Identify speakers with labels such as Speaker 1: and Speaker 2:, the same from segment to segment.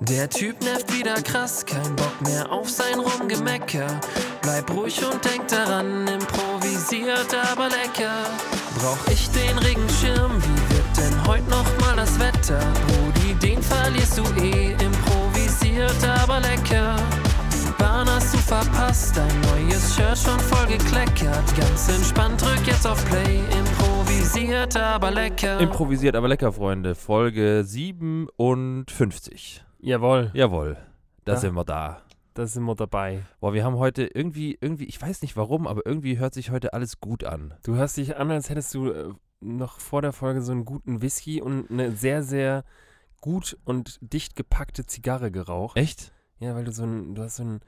Speaker 1: Der Typ nervt wieder krass, kein Bock mehr auf sein Rumgemecker. Bleib ruhig und denk daran, improvisiert aber lecker. Brauch ich den Regenschirm, wie wird denn heute nochmal das Wetter? Brudi, den verlierst du eh, improvisiert aber lecker. Die Bahn hast du verpasst, dein neues Shirt schon voll gekleckert. Ganz entspannt, drück jetzt auf Play, improvisiert aber lecker.
Speaker 2: Improvisiert, aber lecker, Freunde. Folge 57.
Speaker 3: Jawohl,
Speaker 2: Jawohl, da
Speaker 3: Ja.
Speaker 2: sind wir da.
Speaker 3: da sind wir dabei.
Speaker 2: Boah, wir haben heute irgendwie, irgendwie, ich weiß nicht warum, aber irgendwie hört sich heute alles gut an.
Speaker 3: Du hörst dich an, als hättest du äh, noch vor der Folge so einen guten Whisky und eine sehr, sehr gut und dicht gepackte Zigarre geraucht.
Speaker 2: Echt?
Speaker 3: Ja, weil du so einen, du hast so einen,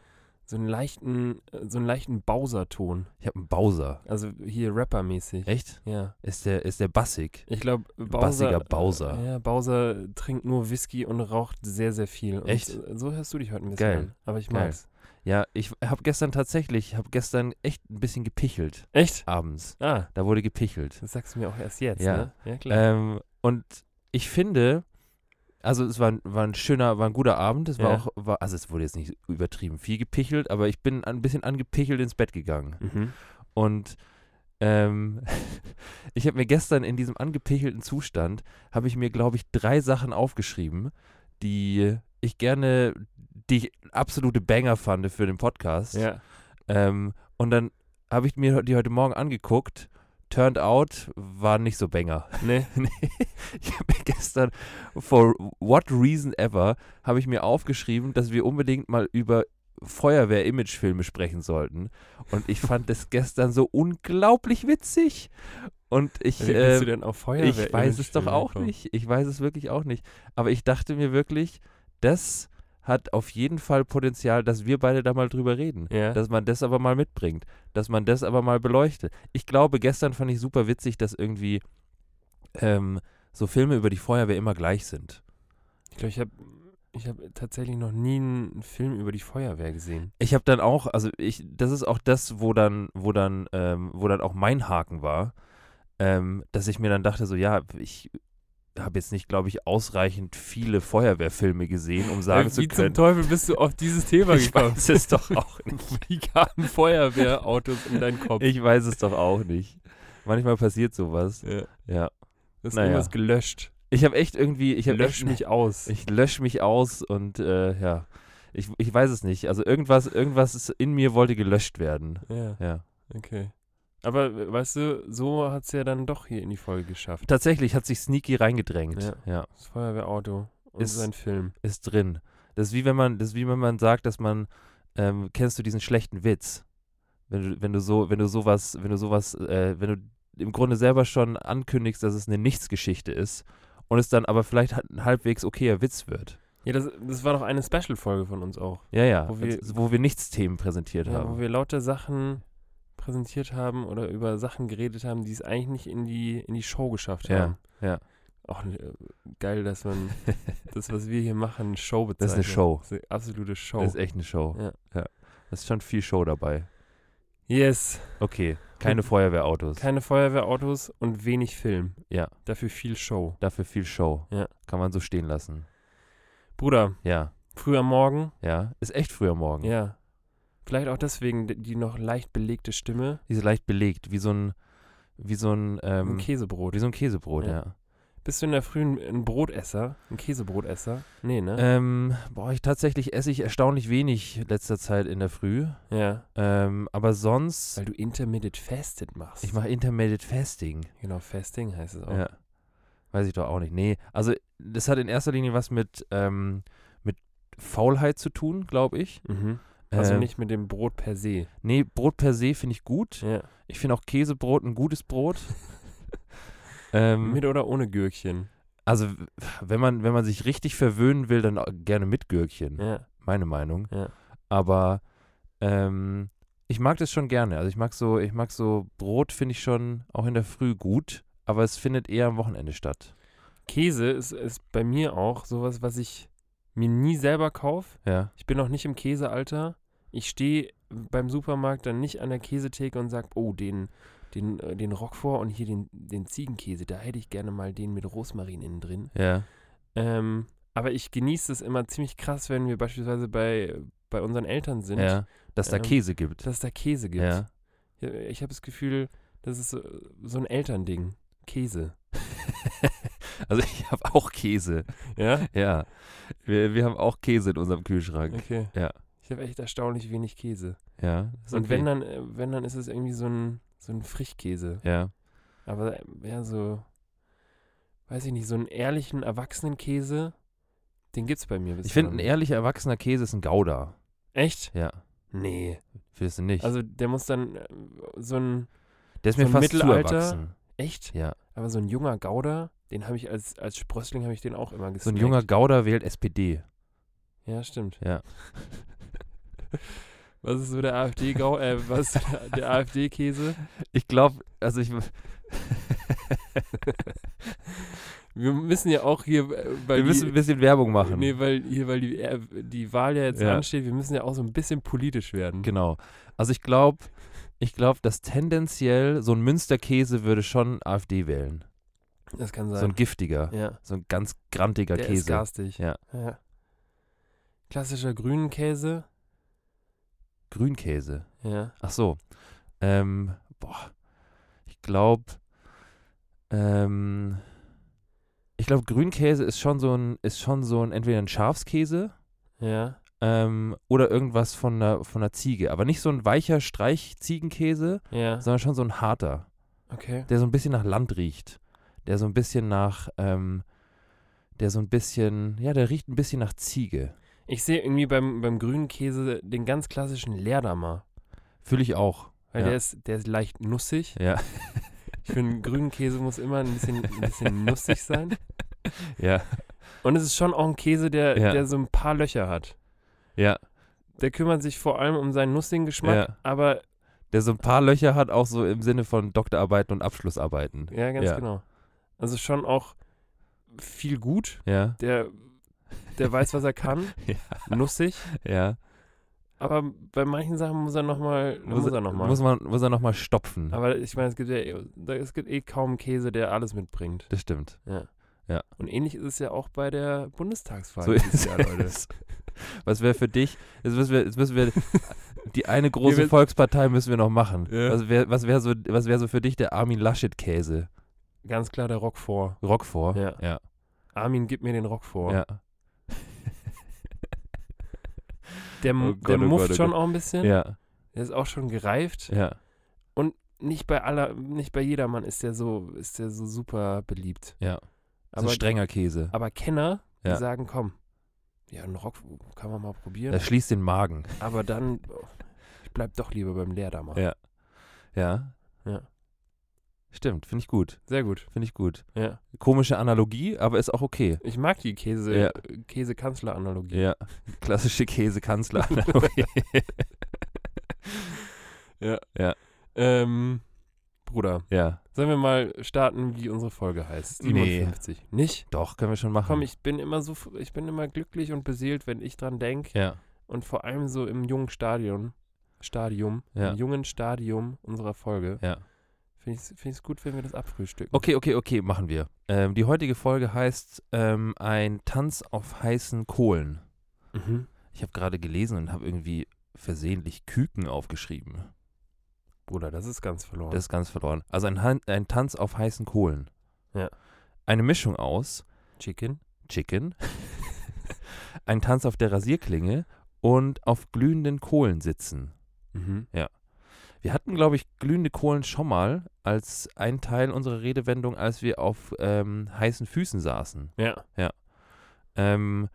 Speaker 3: so einen leichten, äh, so einen leichten Bowser-Ton.
Speaker 2: Ich hab einen Bowser.
Speaker 3: Also hier Rapper-mäßig.
Speaker 2: Echt?
Speaker 3: Ja.
Speaker 2: Ist der, ist der bassig?
Speaker 3: Ich glaube, Bowser. äh,
Speaker 2: Bassiger Bowser.
Speaker 3: Ja, Bowser trinkt nur Whisky und raucht sehr, sehr viel. Und
Speaker 2: Echt?
Speaker 3: So hörst du dich heute ein bisschen
Speaker 2: Geil.
Speaker 3: an. Aber ich
Speaker 2: Geil.
Speaker 3: mag's.
Speaker 2: Ja, ich hab gestern tatsächlich, hab gestern echt ein bisschen gepichelt
Speaker 3: Echt?
Speaker 2: abends.
Speaker 3: Ah,
Speaker 2: Da wurde gepichelt.
Speaker 3: das sagst du mir auch erst jetzt,
Speaker 2: Ja.
Speaker 3: ne? Ja, klar.
Speaker 2: Ähm, und ich finde, also es war, ein- war ein schöner, war ein guter Abend. Es war
Speaker 3: Ja.
Speaker 2: auch, war, also es wurde jetzt nicht übertrieben viel gepichelt, aber ich bin ein bisschen angepichelt ins Bett gegangen.
Speaker 3: Mhm.
Speaker 2: Und ähm, ich habe mir gestern in diesem angepichelten Zustand, habe ich mir, glaube ich, drei Sachen aufgeschrieben, die ich gerne, die ich absolute Banger fand für den Podcast.
Speaker 3: Ja.
Speaker 2: Ähm, und dann habe ich mir die heute Morgen angeguckt. Turned out, war nicht so Banger.
Speaker 3: Nee.
Speaker 2: Ich habe mir gestern, for what reason ever, habe ich mir aufgeschrieben, dass wir unbedingt mal über Feuerwehr-Imagefilme sprechen sollten. Und ich fand das gestern so unglaublich witzig. Und ich,
Speaker 3: Wie bist du
Speaker 2: ähm,
Speaker 3: denn auf Feuerwehr?
Speaker 2: ich weiß es doch
Speaker 3: Imagefilme
Speaker 2: auch
Speaker 3: gekommen?
Speaker 2: nicht. Ich weiß es wirklich auch nicht. Aber ich dachte mir wirklich, das hat auf jeden Fall Potenzial, dass wir beide da mal drüber reden
Speaker 3: Ja.
Speaker 2: dass man das aber mal mitbringt, dass man das aber mal beleuchtet. Ich glaube, gestern fand ich super witzig, dass irgendwie ähm, so Filme über die Feuerwehr immer gleich sind.
Speaker 3: ich glaube, ich habe ich hab tatsächlich noch nie einen Film über die Feuerwehr gesehen.
Speaker 2: Ich habe dann auch, also ich, das ist auch das, wo dann, wo dann, ähm, wo dann auch mein Haken war, ähm, dass ich mir dann dachte, so ja, ich habe jetzt nicht, glaube ich, ausreichend viele Feuerwehrfilme gesehen, um sagen
Speaker 3: Äh,
Speaker 2: zu
Speaker 3: Wie zum
Speaker 2: können.
Speaker 3: Teufel bist du auf dieses Thema
Speaker 2: Ich
Speaker 3: gekommen?
Speaker 2: weiß es doch auch
Speaker 3: Wie kamen Feuerwehrautos in deinen Kopf?
Speaker 2: Ich weiß es doch auch nicht. Manchmal passiert sowas.
Speaker 3: ja.
Speaker 2: Ja.
Speaker 3: Das ist
Speaker 2: Naja.
Speaker 3: irgendwas gelöscht.
Speaker 2: Ich habe echt irgendwie, ich habe
Speaker 3: Lösch mich aus.
Speaker 2: Ich lösche mich aus und äh, ja, ich, ich weiß es nicht. Also irgendwas, irgendwas ist in mir wollte gelöscht werden.
Speaker 3: ja,
Speaker 2: Ja.
Speaker 3: okay. Aber äh, weißt du, so hat es ja dann doch hier in die Folge geschafft.
Speaker 2: Tatsächlich hat sich Sneaky reingedrängt. Ja.
Speaker 3: Ja. Das Feuerwehrauto und
Speaker 2: Ist-
Speaker 3: sein Film.
Speaker 2: Ist drin. Das ist wie wenn man, das ist wie wenn man sagt, dass man, ähm, kennst du diesen schlechten Witz? Wenn du, wenn du so, wenn du sowas, wenn du sowas, äh, wenn du im Grunde selber schon ankündigst, dass es eine Nichtsgeschichte ist und es dann aber vielleicht halt ein halbwegs okayer Witz wird.
Speaker 3: Ja, das, das war doch eine Special-Folge von uns auch.
Speaker 2: Ja, ja. Also,
Speaker 3: Wo wir-
Speaker 2: wo wir Nichtsthemen präsentiert
Speaker 3: Ja,
Speaker 2: haben.
Speaker 3: wo wir lauter Sachen präsentiert haben oder über Sachen geredet haben, die es eigentlich nicht in die, in die Show geschafft
Speaker 2: Ja,
Speaker 3: haben.
Speaker 2: ja.
Speaker 3: Auch äh, geil, dass man das, was wir hier machen, eine Show bezeichnet.
Speaker 2: Das ist eine Show.
Speaker 3: Das ist eine absolute Show.
Speaker 2: Das ist echt eine Show.
Speaker 3: Ja.
Speaker 2: ja. Das ist schon viel Show dabei.
Speaker 3: yes,
Speaker 2: Okay, keine Feuerwehrautos.
Speaker 3: keine Feuerwehrautos und wenig Film.
Speaker 2: Ja.
Speaker 3: Dafür viel Show.
Speaker 2: Dafür viel Show.
Speaker 3: Ja.
Speaker 2: Kann man so stehen lassen.
Speaker 3: Bruder,
Speaker 2: Ja,
Speaker 3: früh am Morgen,
Speaker 2: ja. Ist echt früh am Morgen.
Speaker 3: ja. Vielleicht auch deswegen die- die noch leicht belegte Stimme.
Speaker 2: Die ist leicht belegt, wie so ein, wie so ein, ähm,
Speaker 3: Ein Käsebrot.
Speaker 2: wie so ein Käsebrot, ja.
Speaker 3: Ja. Bist du in der Früh ein Brotesser? Ein Käsebrotesser? Nee, ne?
Speaker 2: Ähm, boah, ich tatsächlich esse ich erstaunlich wenig letzter Zeit in der Früh.
Speaker 3: ja.
Speaker 2: Ähm, aber sonst,
Speaker 3: Weil du Intermittent Fasted machst.
Speaker 2: ich mache Intermittent Fasting.
Speaker 3: Genau, Fasting heißt es auch.
Speaker 2: Ja. Weiß ich doch auch nicht. Nee, also das hat in erster Linie was mit, ähm, mit Faulheit zu tun, glaube ich.
Speaker 3: Mhm. Also
Speaker 2: Ähm,
Speaker 3: nicht mit dem Brot per se.
Speaker 2: Nee, Brot per se finde ich gut.
Speaker 3: Ja.
Speaker 2: Ich finde auch Käsebrot ein gutes Brot. ähm,
Speaker 3: Mit oder ohne Gürkchen.
Speaker 2: also, w- wenn man, wenn man sich richtig verwöhnen will, dann auch gerne mit Gürkchen.
Speaker 3: Ja.
Speaker 2: Meine Meinung.
Speaker 3: Ja.
Speaker 2: Aber ähm, ich mag das schon gerne. Also, ich mag so, ich mag so Brot, finde ich schon auch in der Früh gut. Aber es findet eher am Wochenende statt.
Speaker 3: Käse ist, ist bei mir auch sowas, was ich mir nie selber kaufe.
Speaker 2: Ja.
Speaker 3: Ich bin noch nicht im Käsealter. Ich stehe beim Supermarkt dann nicht an der Käsetheke und sage, oh, den, den, äh, den Rock vor und hier den, den Ziegenkäse. Da hätte ich gerne mal den mit Rosmarin innen drin.
Speaker 2: Ja.
Speaker 3: Ähm, aber ich genieße es immer ziemlich krass, wenn wir beispielsweise bei, bei unseren Eltern sind,
Speaker 2: ja. Dass da
Speaker 3: ähm,
Speaker 2: Käse gibt.
Speaker 3: dass es da Käse gibt.
Speaker 2: Ja.
Speaker 3: Ich, ich habe das Gefühl, das ist so, so ein Elternding. Käse.
Speaker 2: Also ich habe auch Käse.
Speaker 3: Ja?
Speaker 2: Ja. Wir, wir haben auch Käse in unserem Kühlschrank.
Speaker 3: Okay.
Speaker 2: Ja.
Speaker 3: Ich habe echt erstaunlich wenig Käse.
Speaker 2: Ja. ist
Speaker 3: Und wenn
Speaker 2: okay.
Speaker 3: dann, äh, wenn dann ist es irgendwie so ein, so ein Frischkäse.
Speaker 2: Ja.
Speaker 3: Aber äh, ja, so, weiß ich nicht, so einen ehrlichen Erwachsenenkäse, den gibt's bei mir bisher.
Speaker 2: Ich finde, ein
Speaker 3: noch
Speaker 2: ehrlicher erwachsener Käse ist ein Gouda.
Speaker 3: nicht. Echt?
Speaker 2: Ja.
Speaker 3: Nee.
Speaker 2: Findest du nicht?
Speaker 3: Also der muss dann äh, so ein,
Speaker 2: der ist
Speaker 3: so
Speaker 2: mir
Speaker 3: ein
Speaker 2: fast
Speaker 3: Mittelalter-
Speaker 2: zu erwachsen.
Speaker 3: echt?
Speaker 2: Ja.
Speaker 3: Aber so ein junger Gouda, den habe ich als, als Sprössling, habe ich den auch immer gesehen.
Speaker 2: So ein junger Gouda wählt SPD.
Speaker 3: Ja, stimmt.
Speaker 2: Ja.
Speaker 3: Was ist so der AfD-Gau, äh, was ist der- der AfD-Käse?
Speaker 2: Ich glaube, also ich.
Speaker 3: Wir müssen ja auch hier, äh, weil
Speaker 2: wir müssen ein
Speaker 3: die,
Speaker 2: bisschen Werbung machen.
Speaker 3: Nee, weil, hier, weil die, äh, die Wahl ja jetzt
Speaker 2: Ja.
Speaker 3: ansteht, wir müssen ja auch so ein bisschen politisch werden.
Speaker 2: Genau. Also ich glaube, ich glaube, dass tendenziell so ein Münsterkäse würde schon AfD wählen.
Speaker 3: Das kann sein.
Speaker 2: So ein giftiger,
Speaker 3: ja.
Speaker 2: so ein ganz grantiger
Speaker 3: Der ist
Speaker 2: Käse.
Speaker 3: garstig.
Speaker 2: Ja.
Speaker 3: ja. Klassischer grünen Käse.
Speaker 2: Grünkäse.
Speaker 3: Ja.
Speaker 2: Ach so. Ähm, boah. Ich glaube, ähm, ich glaube, Grünkäse ist schon so ein, ist schon so ein, entweder ein Schafskäse
Speaker 3: Ja.
Speaker 2: ähm, oder irgendwas von einer, von einer Ziege. Aber nicht so ein weicher Streichziegenkäse,
Speaker 3: Ja.
Speaker 2: sondern schon so ein harter,
Speaker 3: Okay.
Speaker 2: der so ein bisschen nach Land riecht. Der so ein bisschen nach, ähm, der so ein bisschen, ja, der riecht ein bisschen nach Ziege.
Speaker 3: Ich sehe irgendwie beim, beim grünen Käse den ganz klassischen Leerdammer.
Speaker 2: Fühle ich auch.
Speaker 3: Weil
Speaker 2: Ja.
Speaker 3: der, ist, der ist leicht nussig.
Speaker 2: Ja,
Speaker 3: Ich finde, grünen Käse muss immer ein bisschen, ein bisschen nussig sein.
Speaker 2: ja,
Speaker 3: Und es ist schon auch ein Käse, der,
Speaker 2: Ja.
Speaker 3: der so ein paar Löcher hat.
Speaker 2: ja.
Speaker 3: Der kümmert sich vor allem um seinen nussigen Geschmack,
Speaker 2: Ja.
Speaker 3: aber
Speaker 2: Der so ein paar Löcher hat, auch so im Sinne von Doktorarbeiten und Abschlussarbeiten.
Speaker 3: ja, ganz
Speaker 2: Ja.
Speaker 3: genau. Also schon auch viel gut.
Speaker 2: Ja,
Speaker 3: Der, der weiß, was er kann. Nussig.
Speaker 2: ja.
Speaker 3: Aber bei manchen Sachen muss er nochmal. Muss, muss er nochmal.
Speaker 2: Muss, man, muss er nochmal stopfen.
Speaker 3: aber ich meine, es gibt ja eh- da- es gibt eh kaum Käse, der alles mitbringt.
Speaker 2: das stimmt.
Speaker 3: Ja.
Speaker 2: Ja.
Speaker 3: Und ähnlich ist es ja auch bei der Bundestagswahl.
Speaker 2: So
Speaker 3: dieses
Speaker 2: ist
Speaker 3: Jahr, Leute.
Speaker 2: es. Was wäre für dich, jetzt müssen wir, jetzt müssen wir die eine große
Speaker 3: Wir-
Speaker 2: Volkspartei müssen wir noch machen.
Speaker 3: Ja.
Speaker 2: Was wäre was wär so, was wär so für dich der Armin Laschet-Käse?
Speaker 3: Ganz klar der Rock vor.
Speaker 2: Rock vor?
Speaker 3: Ja.
Speaker 2: Ja.
Speaker 3: Armin, gib mir den Rock vor.
Speaker 2: Ja.
Speaker 3: Der,
Speaker 2: Oh
Speaker 3: mu-
Speaker 2: Gott,
Speaker 3: der
Speaker 2: oh
Speaker 3: mufft
Speaker 2: Gott, oh
Speaker 3: schon
Speaker 2: Gott.
Speaker 3: auch ein bisschen.
Speaker 2: ja.
Speaker 3: Der ist auch schon gereift.
Speaker 2: ja.
Speaker 3: Nicht bei aller, nicht bei jedermann ist der so, ist der so super beliebt.
Speaker 2: Ja. Das ist
Speaker 3: Aber,
Speaker 2: ein strenger Käse.
Speaker 3: aber Kenner, die
Speaker 2: Ja.
Speaker 3: sagen, komm, ja, einen Rock kann man mal probieren.
Speaker 2: Er schließt den Magen.
Speaker 3: Aber dann, oh, ich bleib doch lieber beim Leerdammer.
Speaker 2: Ja. Ja.
Speaker 3: Ja.
Speaker 2: Stimmt, finde ich gut.
Speaker 3: Sehr gut.
Speaker 2: Finde ich gut.
Speaker 3: Ja.
Speaker 2: Komische Analogie, aber ist auch okay.
Speaker 3: Ich mag die Käse,
Speaker 2: Ja.
Speaker 3: Käse-Kanzler-Analogie.
Speaker 2: Ja. Klassische Käse-Kanzler-Analogie.
Speaker 3: Ähm, Bruder,
Speaker 2: ja.
Speaker 3: sollen wir mal starten, wie unsere Folge heißt?
Speaker 2: Nee.
Speaker 3: 57. Nicht?
Speaker 2: Doch, können wir schon machen.
Speaker 3: Komm, ich bin immer so, ich bin immer glücklich und beseelt, wenn ich dran denke.
Speaker 2: Ja.
Speaker 3: Und vor allem so im jungen Stadion, Stadium,
Speaker 2: Ja.
Speaker 3: im jungen Stadium unserer Folge,
Speaker 2: Ja.
Speaker 3: finde ich es gut, wenn wir das abfrühstücken.
Speaker 2: Okay, okay, okay, machen wir. Ähm, die heutige Folge heißt ähm, Ein Tanz auf heißen Kohlen.
Speaker 3: Mhm.
Speaker 2: Ich habe gerade gelesen und habe irgendwie versehentlich Küken aufgeschrieben.
Speaker 3: Bruder, das ist ganz verloren.
Speaker 2: Das ist ganz verloren. Also ein, Han ein Tanz auf heißen Kohlen.
Speaker 3: Ja.
Speaker 2: Eine Mischung aus
Speaker 3: Chicken?
Speaker 2: Chicken, ein Tanz auf der Rasierklinge und auf glühenden Kohlen sitzen.
Speaker 3: Mhm.
Speaker 2: Wir hatten, glaube ich, glühende Kohlen schon mal als ein Teil unserer Redewendung, als wir auf ähm, heißen Füßen saßen.
Speaker 3: Ja.
Speaker 2: Ähm,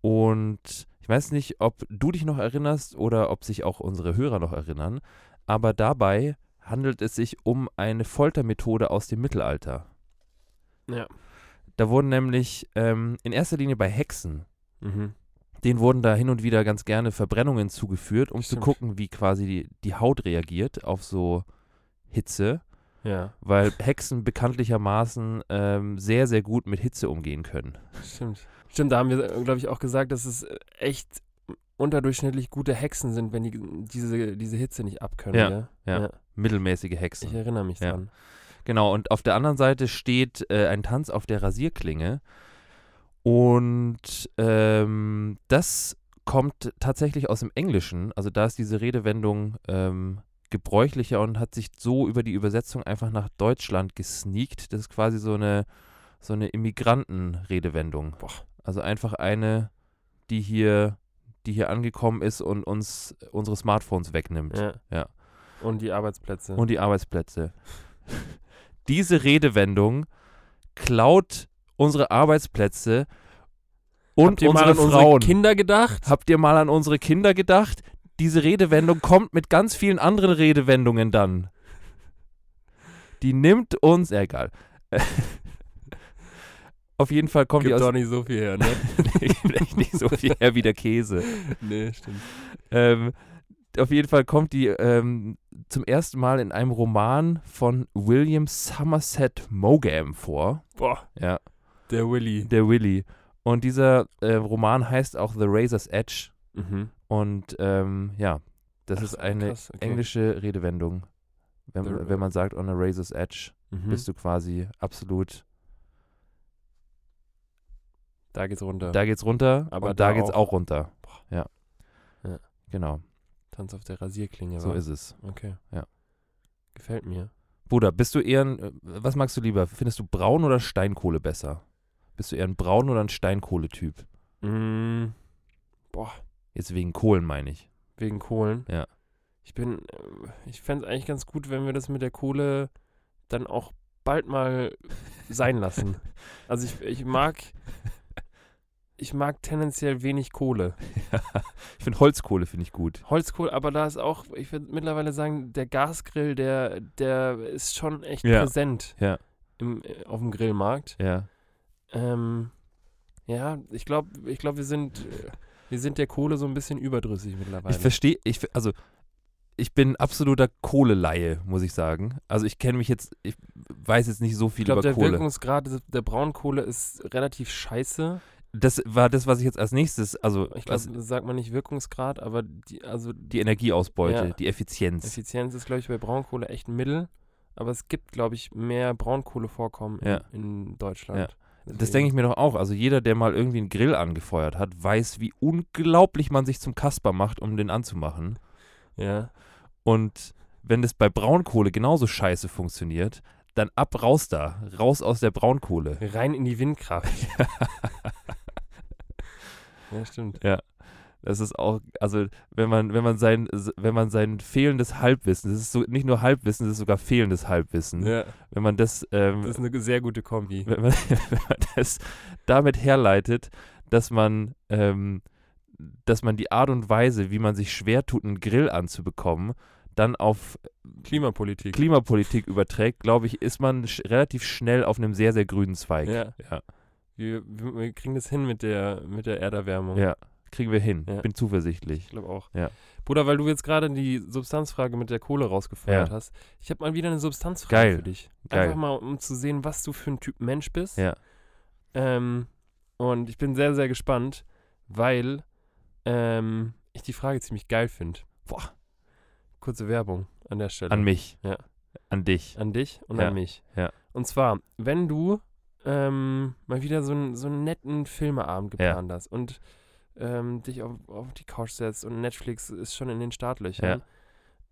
Speaker 2: und ich weiß nicht, ob du dich noch erinnerst oder ob sich auch unsere Hörer noch erinnern, aber dabei handelt es sich um eine Foltermethode aus dem Mittelalter.
Speaker 3: Ja.
Speaker 2: Da wurden nämlich ähm, in erster Linie bei Hexen,
Speaker 3: Mhm.
Speaker 2: denen wurden da hin und wieder ganz gerne Verbrennungen zugeführt, um
Speaker 3: Stimmt.
Speaker 2: zu gucken, wie quasi die, die Haut reagiert auf so Hitze,
Speaker 3: Ja,
Speaker 2: weil Hexen bekanntlichermaßen ähm, sehr, sehr gut mit Hitze umgehen können.
Speaker 3: stimmt. Stimmt, da haben wir, glaube ich, auch gesagt, dass es äh, echt unterdurchschnittlich gute Hexen sind, wenn die diese, diese Hitze nicht abkönnen.
Speaker 2: Ja,
Speaker 3: gell?
Speaker 2: ja. Mittelmäßige Hexen.
Speaker 3: Ich erinnere mich
Speaker 2: Ja.
Speaker 3: dran.
Speaker 2: Genau, und auf der anderen Seite steht äh, ein Tanz auf der Rasierklinge. Und ähm, das kommt tatsächlich aus dem Englischen. Also da ist diese Redewendung ähm, gebräuchlicher und hat sich so über die Übersetzung einfach nach Deutschland gesneakt. Das ist quasi so eine, so eine Immigrantenredewendung. Also einfach eine, die hier, die hier angekommen ist und uns unsere Smartphones wegnimmt.
Speaker 3: Ja.
Speaker 2: Ja.
Speaker 3: Und die Arbeitsplätze.
Speaker 2: Und die Arbeitsplätze. Diese Redewendung klaut unsere Arbeitsplätze und
Speaker 3: Habt ihr
Speaker 2: unsere
Speaker 3: mal an
Speaker 2: Frauen.
Speaker 3: unsere Kinder gedacht?
Speaker 2: Habt ihr mal an unsere Kinder gedacht? Diese Redewendung kommt mit ganz vielen anderen Redewendungen dann. Die nimmt uns, äh, egal. Auf jeden Fall kommt
Speaker 3: Gibt
Speaker 2: die
Speaker 3: doch
Speaker 2: aus
Speaker 3: nicht so viel her, ne?
Speaker 2: nicht, nicht so viel her wie der Käse.
Speaker 3: nee, stimmt.
Speaker 2: Ähm, auf jeden Fall kommt die ähm, zum ersten Mal in einem Roman von William Somerset Maugham vor.
Speaker 3: Boah,
Speaker 2: Ja,
Speaker 3: der Willy.
Speaker 2: der Willy. Und dieser äh, Roman heißt auch The Razor's Edge.
Speaker 3: Mhm.
Speaker 2: Und ähm, ja, das
Speaker 3: Ach,
Speaker 2: ist eine
Speaker 3: krass, okay.
Speaker 2: englische Redewendung. Wenn,
Speaker 3: The-
Speaker 2: wenn man sagt, on a razor's edge,
Speaker 3: Mhm.
Speaker 2: bist du quasi absolut,
Speaker 3: da geht's runter.
Speaker 2: da geht's runter,
Speaker 3: Aber
Speaker 2: und da,
Speaker 3: da
Speaker 2: geht's
Speaker 3: auch.
Speaker 2: auch runter. Ja.
Speaker 3: Ja.
Speaker 2: Genau,
Speaker 3: Tanz auf der Rasierklinge.
Speaker 2: so
Speaker 3: wa?
Speaker 2: ist es.
Speaker 3: Okay.
Speaker 2: Ja.
Speaker 3: Gefällt mir.
Speaker 2: Bruder, bist du eher ein, äh, was magst du lieber? Findest du Braun oder Steinkohle besser? Bist du eher ein Braun oder ein Steinkohletyp? Mhm.
Speaker 3: Mm,
Speaker 2: Jetzt wegen Kohlen meine ich.
Speaker 3: wegen Kohlen.
Speaker 2: Ja.
Speaker 3: Ich bin, äh, ich fände es eigentlich ganz gut, wenn wir das mit der Kohle dann auch bald mal sein lassen. Also ich, ich mag, ich mag tendenziell wenig Kohle.
Speaker 2: Ich finde Holzkohle finde ich gut.
Speaker 3: Holzkohle, aber da ist auch, ich würde mittlerweile sagen, der Gasgrill, der, der ist schon echt
Speaker 2: Ja.
Speaker 3: präsent
Speaker 2: Ja.
Speaker 3: im, äh, auf dem Grillmarkt.
Speaker 2: Ja.
Speaker 3: Ähm, ja, ich glaube, ich glaub, wir sind, äh, wir sind der Kohle so ein bisschen überdrüssig mittlerweile.
Speaker 2: Ich verstehe, ich ver- also ich bin absoluter Kohlelaie, muss ich sagen. Also ich kenne mich jetzt, ich weiß jetzt nicht so viel
Speaker 3: Ich glaube,
Speaker 2: über
Speaker 3: der
Speaker 2: Kohle.
Speaker 3: Wirkungsgrad des- der Braunkohle ist relativ scheiße.
Speaker 2: das war das, was ich jetzt als nächstes, also
Speaker 3: Ich
Speaker 2: was,
Speaker 3: glaube, sagt man nicht Wirkungsgrad, aber die, also
Speaker 2: die Energieausbeute,
Speaker 3: Ja.
Speaker 2: die Effizienz.
Speaker 3: Effizienz ist, glaube ich, bei Braunkohle echt ein Mittel. Aber es gibt, glaube ich, mehr Braunkohlevorkommen in,
Speaker 2: Ja.
Speaker 3: in Deutschland.
Speaker 2: Das denke ich mir doch auch. Also jeder, der mal irgendwie einen Grill angefeuert hat, weiß, wie unglaublich man sich zum Kasper macht, um den anzumachen.
Speaker 3: Ja.
Speaker 2: Und wenn das bei Braunkohle genauso scheiße funktioniert, dann ab raus da, raus aus der Braunkohle.
Speaker 3: Rein in die Windkraft. ja, stimmt.
Speaker 2: Das ist auch, also wenn man, wenn man sein, wenn man sein fehlendes Halbwissen, das ist so nicht nur Halbwissen, das ist sogar fehlendes Halbwissen.
Speaker 3: Ja,
Speaker 2: Wenn man das, ähm,
Speaker 3: das ist eine sehr gute Kombi.
Speaker 2: wenn, man, wenn man das damit herleitet, dass man, ähm, dass man die Art und Weise, wie man sich schwer tut, einen Grill anzubekommen, dann auf
Speaker 3: Klimapolitik.
Speaker 2: Klimapolitik überträgt, glaube ich, ist man sch relativ schnell auf einem sehr, sehr grünen Zweig.
Speaker 3: Ja.
Speaker 2: Ja.
Speaker 3: Wir, wir, wir kriegen das hin mit der, mit der Erderwärmung.
Speaker 2: Ja. Kriegen wir hin.
Speaker 3: Ja.
Speaker 2: Bin zuversichtlich.
Speaker 3: Ich glaube auch.
Speaker 2: Ja.
Speaker 3: Bruder, weil du jetzt gerade die Substanzfrage mit der Kohle rausgefeuert
Speaker 2: Ja.
Speaker 3: hast, ich habe mal wieder eine Substanzfrage
Speaker 2: Geil.
Speaker 3: für dich.
Speaker 2: Geil.
Speaker 3: Einfach mal, um zu sehen, was du für ein Typ Mensch bist.
Speaker 2: Ja.
Speaker 3: Ähm, und ich bin sehr, sehr gespannt, weil ähm, ich die Frage ziemlich geil finde.
Speaker 2: Boah.
Speaker 3: Kurze Werbung an der Stelle.
Speaker 2: An mich.
Speaker 3: Genau. Ja.
Speaker 2: An dich.
Speaker 3: An dich und
Speaker 2: Ja,
Speaker 3: an mich.
Speaker 2: ja.
Speaker 3: Und zwar, wenn du ähm, mal wieder so, einen- so einen netten Filmeabend
Speaker 2: Ja.
Speaker 3: geplant hast und ähm, dich auf, auf die Couch setzt und Netflix ist schon in den Startlöchern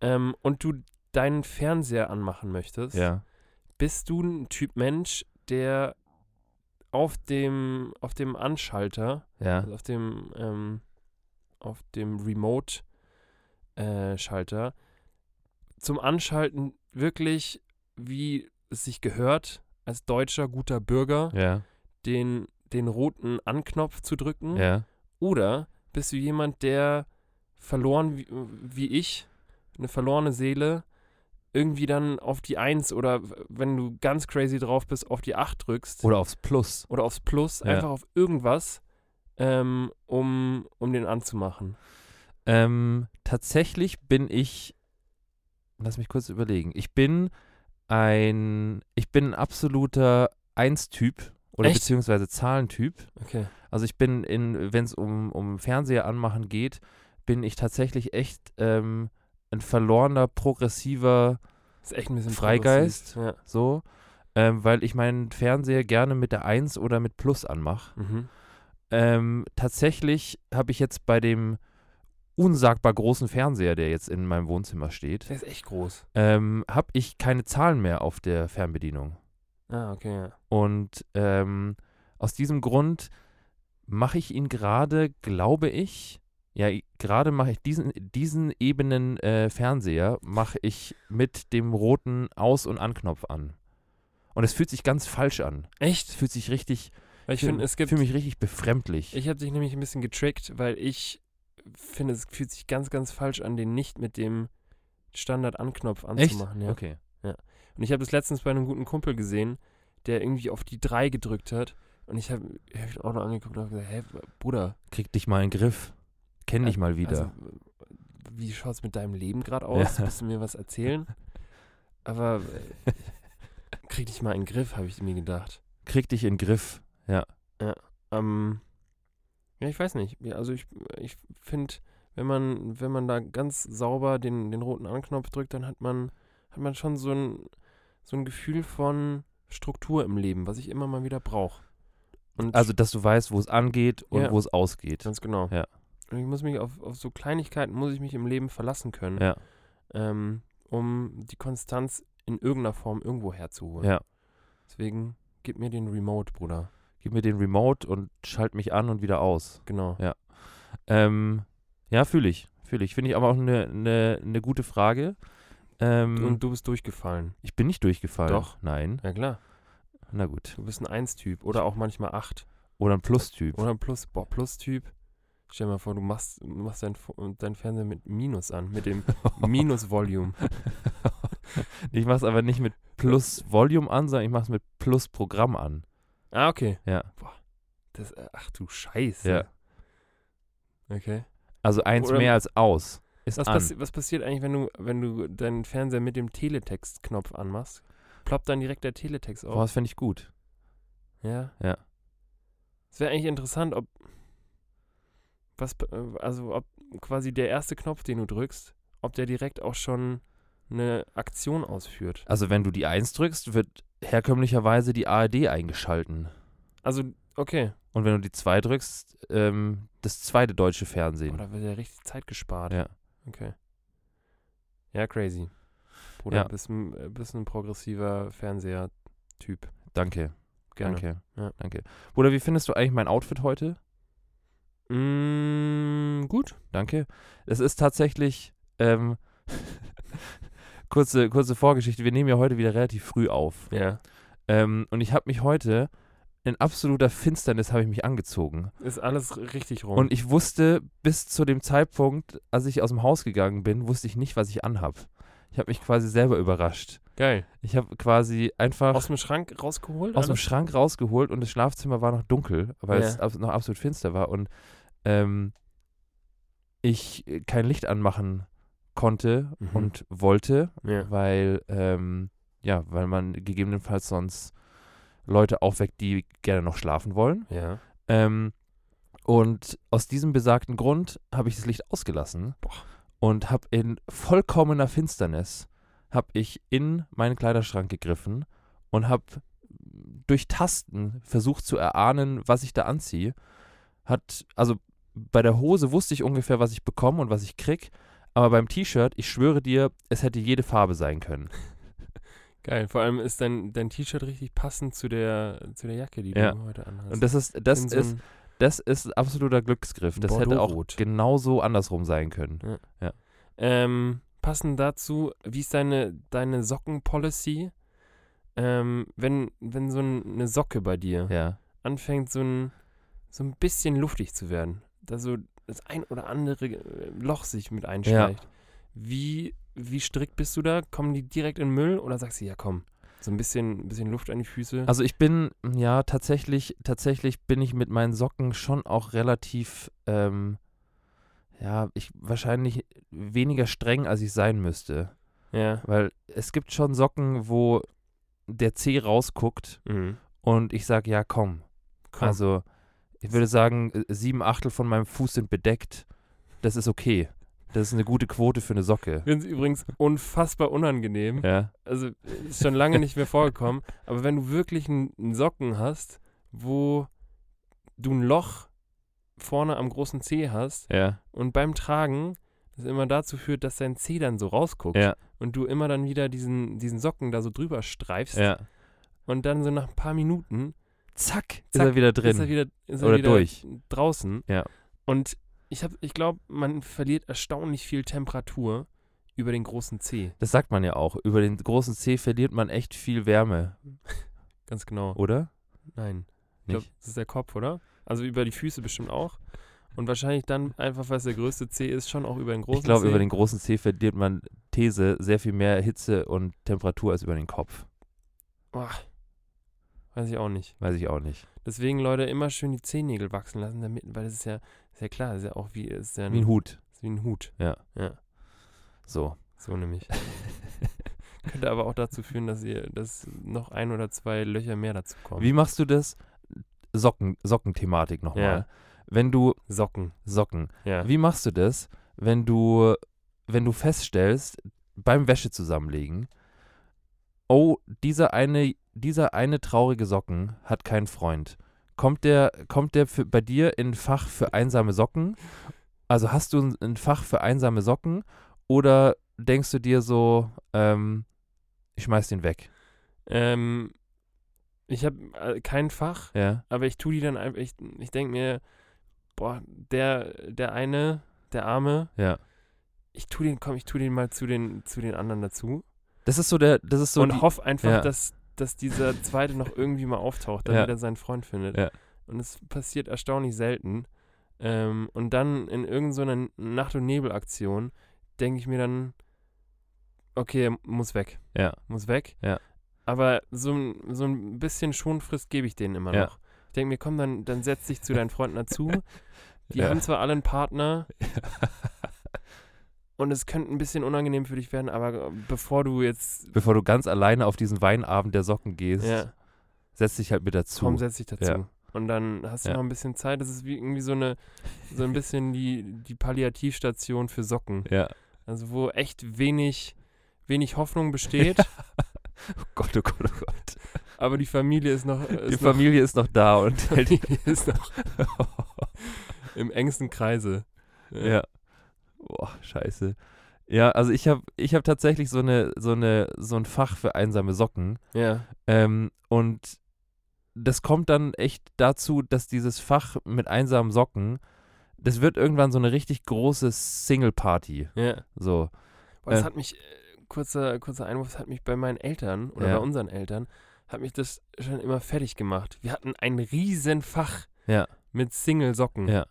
Speaker 3: ähm, und du deinen Fernseher anmachen möchtest,
Speaker 2: Ja.
Speaker 3: bist du ein Typ Mensch, der auf dem, auf dem Anschalter,
Speaker 2: Ja.
Speaker 3: also auf dem, ähm, auf dem Remote-Schalter, zum Anschalten wirklich, wie es sich gehört, als deutscher guter Bürger
Speaker 2: Ja.
Speaker 3: den, den roten Anknopf zu drücken?
Speaker 2: Ja.
Speaker 3: Oder bist du jemand, der verloren wie, wie ich, eine verlorene Seele, irgendwie dann auf die 1 oder wenn du ganz crazy drauf bist, auf die 8 drückst
Speaker 2: Oder aufs Plus.
Speaker 3: oder aufs Plus,
Speaker 2: Ja.
Speaker 3: einfach auf irgendwas, ähm, um, um den anzumachen?
Speaker 2: Ähm, tatsächlich bin ich, lass mich kurz überlegen, ich bin ein, ich bin ein absoluter Eins-Typ Oder
Speaker 3: Echt?
Speaker 2: beziehungsweise Zahlentyp.
Speaker 3: Okay.
Speaker 2: Also ich bin in, wenn es um, um Fernseher anmachen geht, bin ich tatsächlich echt ähm, ein verlorener, progressiver
Speaker 3: Ist echt ein bisschen
Speaker 2: Freigeist?
Speaker 3: progressiv.
Speaker 2: so, ähm, weil ich meinen Fernseher gerne mit der 1 oder mit Plus anmache.
Speaker 3: Ja. Mhm.
Speaker 2: Ähm, tatsächlich habe ich jetzt bei dem unsagbar großen Fernseher, der jetzt in meinem Wohnzimmer steht,
Speaker 3: Der ist echt groß.
Speaker 2: ähm, habe ich keine Zahlen mehr auf der Fernbedienung.
Speaker 3: Ah, okay, ja.
Speaker 2: Und ähm, aus diesem Grund mache ich ihn gerade, glaube ich, ja, i- gerade mache ich diesen, diesen ebenen äh, Fernseher, mache ich mit dem roten Aus- und Anknopf an. Und es fühlt sich ganz falsch an. Es
Speaker 3: Echt?
Speaker 2: fühlt sich richtig,
Speaker 3: Weil ich
Speaker 2: fühl-
Speaker 3: finde, es gibt.
Speaker 2: fühl mich richtig befremdlich.
Speaker 3: Ich habe dich nämlich ein bisschen getrickt, weil ich finde, es fühlt sich ganz, ganz falsch an, den nicht mit dem Standard-Anknopf anzumachen. Ja.
Speaker 2: Okay.
Speaker 3: Und ich habe das letztens bei einem guten Kumpel gesehen, der irgendwie auf die 3 gedrückt hat. Und ich habe hab ich ihn auch noch angeguckt und habe gesagt, hä, Bruder,
Speaker 2: Krieg dich mal in den Griff. Kenn dich mal wieder.
Speaker 3: also, wie schaut es mit deinem Leben gerade aus?
Speaker 2: Ja.
Speaker 3: Willst du mir was erzählen? Aber äh, krieg dich mal in den Griff, habe ich mir gedacht.
Speaker 2: Krieg dich in den Griff.
Speaker 3: Ähm, ja, ich weiß nicht. Ja, also ich, ich finde, wenn man, wenn man da ganz sauber den, den roten Anknopf drückt, dann hat man, hat man schon so ein, so ein Gefühl von Struktur im Leben, was ich immer mal wieder brauche. Und
Speaker 2: Also, dass du weißt, wo es angeht und
Speaker 3: Ja.
Speaker 2: wo es ausgeht.
Speaker 3: ganz genau.
Speaker 2: Ja.
Speaker 3: Und ich muss mich auf, auf so Kleinigkeiten muss ich mich im Leben verlassen können.
Speaker 2: Ja.
Speaker 3: ähm, um die Konstanz in irgendeiner Form irgendwo herzuholen.
Speaker 2: Ja.
Speaker 3: Deswegen gib mir den Remote, Bruder.
Speaker 2: Gib mir den Remote und schalt mich an und wieder aus.
Speaker 3: Genau.
Speaker 2: Ja. Ähm, ja, fühle ich. Fühle ich. Finde ich aber auch eine ne, ne gute Frage. Ähm,
Speaker 3: Und du bist durchgefallen.
Speaker 2: ich bin nicht durchgefallen.
Speaker 3: Doch.
Speaker 2: Nein.
Speaker 3: Ja klar,
Speaker 2: Na gut.
Speaker 3: du bist ein Eins-Typ oder auch manchmal Acht.
Speaker 2: Oder ein Plus-Typ.
Speaker 3: Oder ein Plus, boah, Plus-Typ. Stell dir mal vor, du machst, machst dein, Fo- dein Fernseher mit Minus an, mit dem Minus-Volume.
Speaker 2: Ich mache es aber nicht mit Plus-Volume an, sondern ich mache es mit Plus-Programm an.
Speaker 3: Ah, okay.
Speaker 2: Ja.
Speaker 3: Das, äh, ach du Scheiße.
Speaker 2: Ja.
Speaker 3: Okay.
Speaker 2: Also eins
Speaker 3: Oder-
Speaker 2: mehr als aus ist
Speaker 3: Was,
Speaker 2: an.
Speaker 3: passi was passiert eigentlich, wenn du, wenn du deinen Fernseher mit dem Teletext-Knopf anmachst? Ploppt dann direkt der Teletext auf?
Speaker 2: Boah, das fände ich gut.
Speaker 3: Ja.
Speaker 2: Ja.
Speaker 3: Es wäre eigentlich interessant, ob was be- äh, also ob quasi der erste Knopf, den du drückst, ob der direkt auch schon eine Aktion ausführt.
Speaker 2: Also wenn du die Eins drückst, wird herkömmlicherweise die ARD eingeschalten.
Speaker 3: Also okay,
Speaker 2: Und wenn du die Zwei drückst, ähm, das zweite deutsche
Speaker 3: oh,
Speaker 2: Fernsehen.
Speaker 3: da wird ja richtig Zeit gespart.
Speaker 2: Ja.
Speaker 3: Okay. Ja, crazy. Bruder,
Speaker 2: Ja.
Speaker 3: bist, ein, äh, bist ein progressiver Fernseher-Typ.
Speaker 2: Danke.
Speaker 3: Gerne.
Speaker 2: Danke.
Speaker 3: Ja.
Speaker 2: Danke. Bruder, wie findest du eigentlich mein Outfit heute?
Speaker 3: Mm, gut.
Speaker 2: Danke. Es ist tatsächlich, ähm, kurze, kurze Vorgeschichte, wir nehmen ja heute wieder relativ früh auf.
Speaker 3: Ja.
Speaker 2: Ähm, und ich habe mich heute in absoluter Finsternis habe ich mich angezogen.
Speaker 3: Ist alles r- richtig rum.
Speaker 2: Und ich wusste bis zu dem Zeitpunkt, als ich aus dem Haus gegangen bin, wusste ich nicht, was ich anhab. Ich habe mich quasi selber überrascht.
Speaker 3: geil.
Speaker 2: Ich habe quasi einfach
Speaker 3: Aus dem Schrank rausgeholt?
Speaker 2: aus dem
Speaker 3: alles?
Speaker 2: Schrank rausgeholt und das Schlafzimmer war noch dunkel, weil
Speaker 3: Ja.
Speaker 2: es abs- noch absolut finster war und ähm, ich äh, kein Licht anmachen konnte
Speaker 3: Mhm.
Speaker 2: und wollte,
Speaker 3: Ja.
Speaker 2: weil ähm, ja, weil man gegebenenfalls sonst Leute aufweckt, die gerne noch schlafen wollen.
Speaker 3: Ja.
Speaker 2: Ähm, und aus diesem besagten Grund habe ich das Licht ausgelassen und habe in vollkommener Finsternis habe ich in meinen Kleiderschrank gegriffen und habe durch Tasten versucht zu erahnen, was ich da anziehe. Hat also bei der Hose wusste ich ungefähr, was ich bekomme und was ich krieg, aber beim T-Shirt, ich schwöre dir, es hätte jede Farbe sein können.
Speaker 3: Geil, vor allem ist dein, dein T-Shirt richtig passend zu der, zu der Jacke, die
Speaker 2: Ja.
Speaker 3: du heute anhast.
Speaker 2: Und das ist das
Speaker 3: In so
Speaker 2: ist
Speaker 3: ein-
Speaker 2: das ist ein absoluter Glücksgriff. Das hätte auch
Speaker 3: Bordeaux-Rot.
Speaker 2: genauso andersrum sein können.
Speaker 3: ähm, passend dazu, wie ist deine, deine Socken-Policy? Ähm, wenn, wenn so ein, eine Socke bei dir
Speaker 2: Ja.
Speaker 3: anfängt, so ein, so ein bisschen luftig zu werden, da so das ein oder andere äh, Loch sich mit einschleicht, wie, wie strikt bist du da? Kommen die direkt in den Müll oder sagst du, ja komm, so ein bisschen, bisschen Luft an die Füße?
Speaker 2: Also ich bin, ja, tatsächlich, tatsächlich bin ich mit meinen Socken schon auch relativ, ähm, ja, ich wahrscheinlich weniger streng, als ich sein müsste.
Speaker 3: ja.
Speaker 2: Weil es gibt schon Socken, wo der Zeh rausguckt
Speaker 3: Mhm.
Speaker 2: und ich sage, ja, komm.
Speaker 3: Komm.
Speaker 2: Also, ich würde sagen, äh, sieben Achtel von meinem Fuß sind bedeckt. Das ist okay. Das ist eine gute Quote für eine Socke.
Speaker 3: Finde es übrigens unfassbar unangenehm.
Speaker 2: Ja.
Speaker 3: Also ist schon lange nicht mehr vorgekommen. Aber wenn du wirklich einen einen Socken hast, wo du ein Loch vorne am großen Zeh hast
Speaker 2: Ja.
Speaker 3: und beim Tragen das immer dazu führt, dass dein Zeh dann so rausguckt
Speaker 2: Ja.
Speaker 3: und du immer dann wieder diesen, diesen Socken da so drüber streifst
Speaker 2: Ja.
Speaker 3: und dann so nach ein paar Minuten
Speaker 2: Zack, ist
Speaker 3: zack,
Speaker 2: er wieder drin.
Speaker 3: Ist er wieder, ist er
Speaker 2: Oder
Speaker 3: wieder
Speaker 2: durch.
Speaker 3: draußen.
Speaker 2: Ja.
Speaker 3: Und ich, hab- ich glaube, man verliert erstaunlich viel Temperatur über den großen Zeh.
Speaker 2: das sagt man ja auch. Über den großen Zeh verliert man echt viel Wärme,
Speaker 3: Ganz genau.
Speaker 2: oder?
Speaker 3: Nein. Ich
Speaker 2: Oh, Nicht.
Speaker 3: glaube, das ist der Kopf, oder? Also über die Füße bestimmt auch. Und wahrscheinlich dann einfach, weil es der größte Zeh ist, schon auch über den großen
Speaker 2: Ich glaube,
Speaker 3: Zeh.
Speaker 2: über den großen Zeh verliert man These sehr viel mehr Hitze und Temperatur als über den Kopf.
Speaker 3: Weiß ich auch nicht.
Speaker 2: Weiß ich auch nicht.
Speaker 3: Deswegen, Leute, immer schön die Zehennägel wachsen lassen, damit, weil das ist ja, ist ja klar, ist ja auch wie, ist ja
Speaker 2: Wie ein Hut.
Speaker 3: Ist wie ein Hut.
Speaker 2: So.
Speaker 3: So nämlich. Könnte aber auch dazu führen, dass ihr, dass noch ein oder zwei Löcher mehr dazu kommen.
Speaker 2: Wie machst du das? Socken, Sockenthematik nochmal.
Speaker 3: Ja.
Speaker 2: Wenn du
Speaker 3: Socken.
Speaker 2: Socken.
Speaker 3: Ja.
Speaker 2: Wie machst du das, wenn du, wenn du feststellst, beim Wäsche zusammenlegen, oh, dieser eine, dieser eine traurige Socken hat keinen Freund. Kommt der, kommt der für, bei dir in ein Fach für einsame Socken? Also hast du ein, ein Fach für einsame Socken oder denkst du dir so, ähm, ich schmeiß den weg?
Speaker 3: Ähm, ich habe äh, kein Fach,
Speaker 2: Ja,
Speaker 3: aber ich tue die dann einfach, ich, ich denke mir, boah, der, der eine, der Arme,
Speaker 2: ja.
Speaker 3: ich tue den, komm, ich tue den mal zu den, zu den anderen dazu
Speaker 2: Das ist so der, das ist so
Speaker 3: und
Speaker 2: die,
Speaker 3: hoffe einfach,
Speaker 2: ja.
Speaker 3: dass, dass dieser zweite noch irgendwie mal auftaucht, damit
Speaker 2: Ja.
Speaker 3: er seinen Freund findet.
Speaker 2: Ja.
Speaker 3: Und es passiert erstaunlich selten. Ähm, und dann in irgendeiner Nacht- und Nebelaktion denke ich mir dann, okay, er muss weg.
Speaker 2: ja.
Speaker 3: muss weg.
Speaker 2: Ja.
Speaker 3: Aber so, ein- so ein bisschen Schonfrist gebe ich denen immer
Speaker 2: Ja.
Speaker 3: noch. Ich denke mir, komm, dann, dann setz dich zu deinen Freunden dazu. Die
Speaker 2: Ja.
Speaker 3: haben zwar alle einen Partner und es könnte ein bisschen unangenehm für dich werden, aber bevor du jetzt.
Speaker 2: Bevor du ganz alleine auf diesen Weinabend der Socken gehst,
Speaker 3: Ja,
Speaker 2: setz dich halt mit dazu.
Speaker 3: komm, setz dich dazu.
Speaker 2: Ja.
Speaker 3: Und dann hast du
Speaker 2: Ja.
Speaker 3: noch ein bisschen Zeit. Das ist wie irgendwie so eine, so ein bisschen die, die Palliativstation für Socken.
Speaker 2: ja.
Speaker 3: Also wo echt wenig, wenig Hoffnung besteht,
Speaker 2: Gott, oh Gott, oh Gott.
Speaker 3: aber die Familie ist noch,
Speaker 2: Die
Speaker 3: ist noch
Speaker 2: Familie ist noch da und halt, hält
Speaker 3: Die ist noch im engsten Kreise.
Speaker 2: ja. Boah, scheiße. Ja, also ich habe ich hab tatsächlich so eine so eine so ein Fach für einsame Socken
Speaker 3: Ja.
Speaker 2: ähm, und das kommt dann echt dazu, dass dieses Fach mit einsamen Socken, das wird irgendwann so eine richtig große Single Party,
Speaker 3: ja.
Speaker 2: so.
Speaker 3: Boah, das
Speaker 2: Äh.
Speaker 3: hat mich, äh, kurzer, kurzer Einwurf, das hat mich bei meinen Eltern oder
Speaker 2: Ja.
Speaker 3: bei unseren Eltern, hat mich das schon immer fertig gemacht. Wir hatten ein Riesenfach
Speaker 2: Ja.
Speaker 3: mit Single-Socken.
Speaker 2: Ja.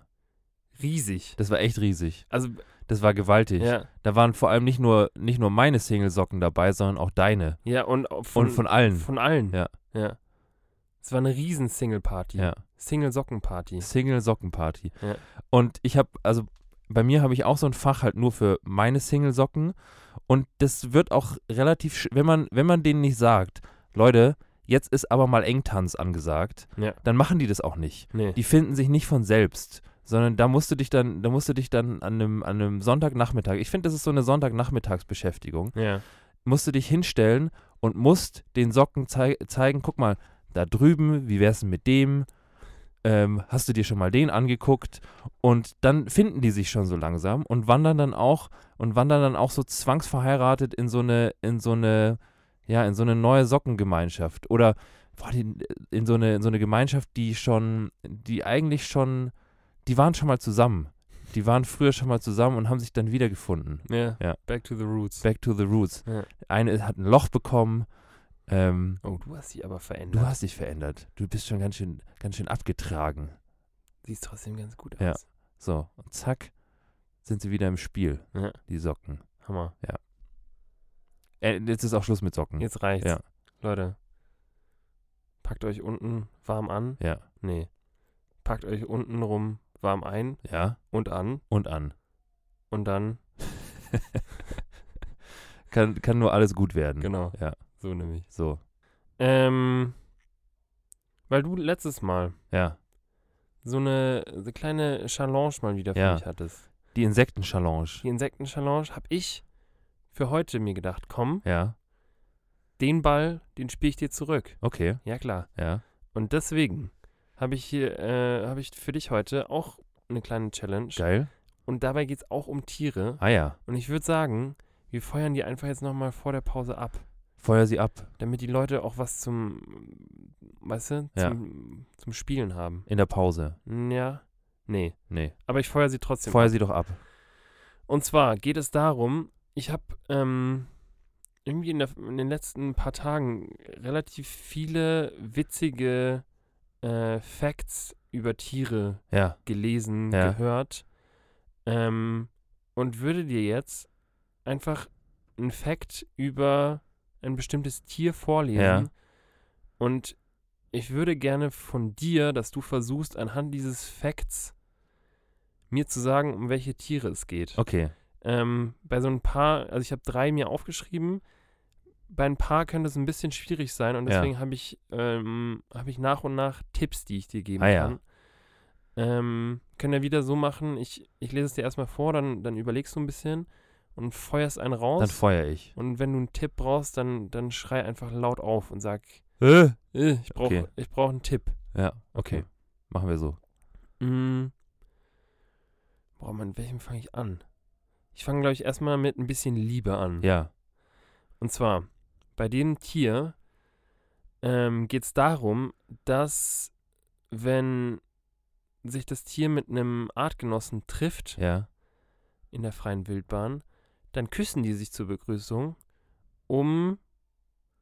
Speaker 3: Riesig.
Speaker 2: Das war echt riesig.
Speaker 3: Also,
Speaker 2: Das war gewaltig.
Speaker 3: ja,
Speaker 2: Da waren vor allem nicht nur nicht nur meine Single Socken dabei, sondern auch deine
Speaker 3: ja, und auch
Speaker 2: und von allen.
Speaker 3: Von allen.
Speaker 2: Ja.
Speaker 3: ja. Es war eine riesen Single-Party.
Speaker 2: ja.
Speaker 3: Single-Socken-Party.
Speaker 2: Single Sockenparty.
Speaker 3: Ja.
Speaker 2: Und ich habe, also bei mir habe ich auch so ein Fach halt nur für meine Single Socken. Und das wird auch relativ, sch- wenn man, wenn man denen nicht sagt, Leute, jetzt ist aber mal Engtanz angesagt,
Speaker 3: Ja.
Speaker 2: dann machen die das auch nicht.
Speaker 3: Nee.
Speaker 2: Die finden sich nicht von selbst, sondern da musst du dich dann, da musst du dich dann an einem, an einem Sonntagnachmittag, ich finde, das ist so eine Sonntagnachmittagsbeschäftigung,
Speaker 3: ja.
Speaker 2: musst du dich hinstellen und musst den Socken zei zeigen, guck mal, da drüben, wie wär's denn mit dem? Ähm, hast du dir schon mal den angeguckt? Und dann finden die sich schon so langsam und wandern dann auch und wandern dann auch so zwangsverheiratet in so eine, in so eine, ja, in so eine neue Sockengemeinschaft. Oder boah, die, in so eine, in so eine Gemeinschaft, die schon, die eigentlich schon, die waren schon mal zusammen. Die waren früher schon mal zusammen und haben sich dann wiedergefunden.
Speaker 3: Ja.
Speaker 2: Ja.
Speaker 3: Back to the roots.
Speaker 2: Back to the Roots.
Speaker 3: Ja.
Speaker 2: Eine hat ein Loch bekommen. Ähm,
Speaker 3: oh, du hast dich aber verändert.
Speaker 2: du hast dich verändert. Du bist schon ganz schön, ganz schön abgetragen.
Speaker 3: Siehst trotzdem ganz gut aus.
Speaker 2: Ja. So, und zack, sind sie wieder im Spiel,
Speaker 3: Ja.
Speaker 2: die Socken.
Speaker 3: Hammer.
Speaker 2: Äh, jetzt ist auch Schluss mit Socken.
Speaker 3: Jetzt reicht's.
Speaker 2: Ja.
Speaker 3: Leute, packt euch unten warm an.
Speaker 2: Ja,
Speaker 3: Nee. Packt euch unten rum warm ein
Speaker 2: ja,
Speaker 3: und an
Speaker 2: und an.
Speaker 3: und dann,
Speaker 2: Kann, kann nur alles gut werden.
Speaker 3: genau,
Speaker 2: Ja,
Speaker 3: so nämlich.
Speaker 2: so.
Speaker 3: Ähm, Weil du letztes Mal
Speaker 2: Ja.
Speaker 3: so eine, so kleine Challenge mal wieder für
Speaker 2: Ja.
Speaker 3: mich hattest.
Speaker 2: Die Insekten-Challenge.
Speaker 3: Die Insekten-Challenge habe ich für heute mir gedacht, komm,
Speaker 2: Ja.
Speaker 3: den Ball, den spiele ich dir zurück.
Speaker 2: Okay.
Speaker 3: Ja, klar.
Speaker 2: Ja.
Speaker 3: Und deswegen habe ich hier, äh, habe ich für dich heute auch eine kleine Challenge.
Speaker 2: Geil.
Speaker 3: Und dabei geht es auch um Tiere.
Speaker 2: Ah ja.
Speaker 3: Und ich würde sagen, wir feuern die einfach jetzt nochmal vor der Pause ab,
Speaker 2: Feuer sie ab.
Speaker 3: damit die Leute auch was zum, weißt du,
Speaker 2: Ja.
Speaker 3: zum, zum Spielen haben.
Speaker 2: In der Pause.
Speaker 3: Ja, nee.
Speaker 2: Nee.
Speaker 3: Aber ich feuer sie trotzdem
Speaker 2: Feuer sie doch ab.
Speaker 3: Und zwar geht es darum, ich habe ähm, irgendwie in, der, in den letzten paar Tagen relativ viele witzige äh, Facts über Tiere
Speaker 2: Ja.
Speaker 3: gelesen,
Speaker 2: Ja.
Speaker 3: gehört. Ähm, und würde dir jetzt einfach einen Fact über ein bestimmtes Tier vorlesen.
Speaker 2: Ja.
Speaker 3: Und ich würde gerne von dir, dass du versuchst, anhand dieses Facts mir zu sagen, um welche Tiere es geht.
Speaker 2: Okay.
Speaker 3: Ähm, bei so ein paar, also ich habe drei mir aufgeschrieben. Bei ein paar könnte es ein bisschen schwierig sein und
Speaker 2: Ja.
Speaker 3: deswegen habe ich, ähm, hab ich nach und nach Tipps, die ich dir geben
Speaker 2: Ah ja.
Speaker 3: kann. Ähm, können wir wieder so machen, ich, ich lese es dir erstmal vor, dann, dann überlegst du ein bisschen und feuerst einen raus.
Speaker 2: Dann feuer ich.
Speaker 3: und wenn du einen Tipp brauchst, dann, dann schrei einfach laut auf und sag,
Speaker 2: Äh.
Speaker 3: äh, ich brauche
Speaker 2: Okay.
Speaker 3: ich brauch einen Tipp.
Speaker 2: Ja. Okay.
Speaker 3: Okay.
Speaker 2: Machen wir so.
Speaker 3: Mm. Boah, Mann, mit welchem fange ich an? Ich fange, glaube ich, erstmal mit ein bisschen Liebe an.
Speaker 2: Ja.
Speaker 3: Und zwar, bei dem Tier ähm, geht es darum, dass wenn sich das Tier mit einem Artgenossen trifft
Speaker 2: Ja.
Speaker 3: in der freien Wildbahn, dann küssen die sich zur Begrüßung, um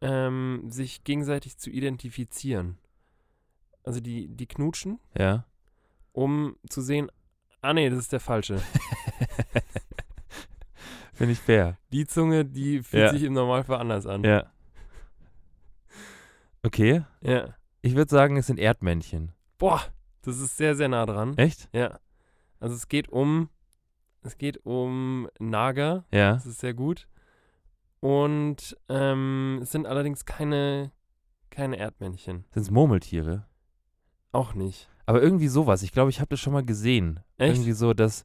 Speaker 3: ähm, sich gegenseitig zu identifizieren. Also die, die knutschen,
Speaker 2: Ja.
Speaker 3: um zu sehen, ah nee, das ist der falsche.
Speaker 2: Finde ich fair.
Speaker 3: Die Zunge, die fühlt
Speaker 2: Ja.
Speaker 3: sich im Normalfall anders an.
Speaker 2: Ja. Mhm. Okay.
Speaker 3: ja.
Speaker 2: Ich würde sagen, es sind Erdmännchen.
Speaker 3: Boah, das ist sehr, sehr nah dran.
Speaker 2: Echt?
Speaker 3: Ja. Also es geht um, es geht um Nager,
Speaker 2: Ja.
Speaker 3: das ist sehr gut. Und ähm, es sind allerdings keine, keine Erdmännchen.
Speaker 2: Sind es Murmeltiere?
Speaker 3: Auch nicht.
Speaker 2: Aber irgendwie sowas. Ich glaube, ich habe das schon mal gesehen.
Speaker 3: Echt?
Speaker 2: Irgendwie so, dass,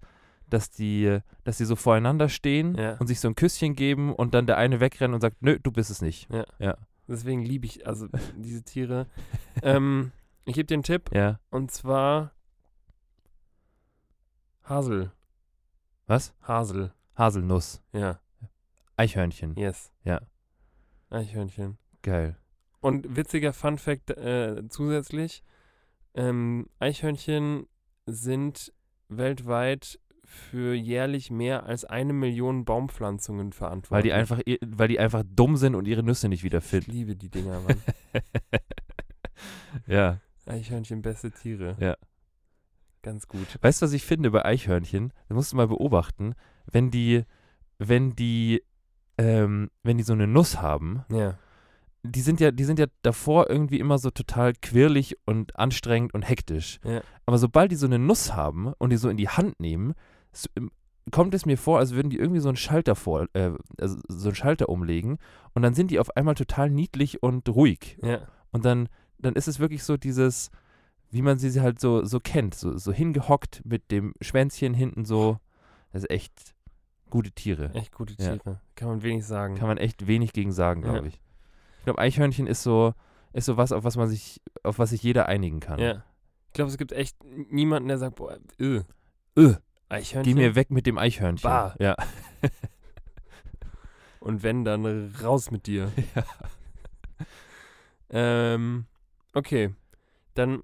Speaker 2: dass, die, dass die so voreinander stehen
Speaker 3: Ja.
Speaker 2: und sich so ein Küsschen geben und dann der eine wegrennt und sagt, nö, du bist es nicht.
Speaker 3: Deswegen liebe ich also diese Tiere. ähm, ich gebe dir einen Tipp
Speaker 2: Ja.
Speaker 3: und zwar Hasel.
Speaker 2: Was?
Speaker 3: Hasel.
Speaker 2: Haselnuss.
Speaker 3: Ja.
Speaker 2: Eichhörnchen.
Speaker 3: Yes.
Speaker 2: Ja.
Speaker 3: Eichhörnchen.
Speaker 2: Geil.
Speaker 3: Und witziger Fun Fact äh, zusätzlich: ähm, Eichhörnchen sind weltweit für jährlich mehr als eine Million Baumpflanzungen verantwortlich.
Speaker 2: Weil die, einfach, i- weil die einfach dumm sind und ihre Nüsse nicht
Speaker 3: Ich
Speaker 2: wiederfinden.
Speaker 3: liebe die Dinger, Mann.
Speaker 2: ja.
Speaker 3: Eichhörnchen, beste Tiere.
Speaker 2: Ja.
Speaker 3: Ganz gut.
Speaker 2: Weißt du, was ich finde bei Eichhörnchen? Das musst du mal beobachten. Wenn die, wenn die, ähm, wenn die so eine Nuss haben,
Speaker 3: Ja.
Speaker 2: die sind ja, die sind ja davor irgendwie immer so total quirlig und anstrengend und hektisch.
Speaker 3: Ja.
Speaker 2: Aber sobald die so eine Nuss haben und die so in die Hand nehmen, s- im- kommt es mir vor, als würden die irgendwie so einen Schalter vor, äh, also so einen Schalter umlegen und dann sind die auf einmal total niedlich und ruhig.
Speaker 3: Ja.
Speaker 2: Und dann, dann ist es wirklich so dieses, wie man sie halt so, so kennt, so, so hingehockt mit dem Schwänzchen hinten so. Das ist echt gute Tiere.
Speaker 3: Echt gute
Speaker 2: Ja.
Speaker 3: Tiere. Kann man wenig sagen.
Speaker 2: Kann man echt wenig gegen sagen, glaube
Speaker 3: Ja.
Speaker 2: ich. Ich glaube, Eichhörnchen ist so, ist so was, auf was man sich, auf was sich jeder einigen kann.
Speaker 3: ja. Ich glaube, es gibt echt niemanden, der sagt: Boah, äh,
Speaker 2: Äh,
Speaker 3: Eichhörnchen.
Speaker 2: geh mir weg mit dem Eichhörnchen.
Speaker 3: Bah.
Speaker 2: Ja.
Speaker 3: Und wenn, dann raus mit dir.
Speaker 2: Ja.
Speaker 3: Ähm, okay. Dann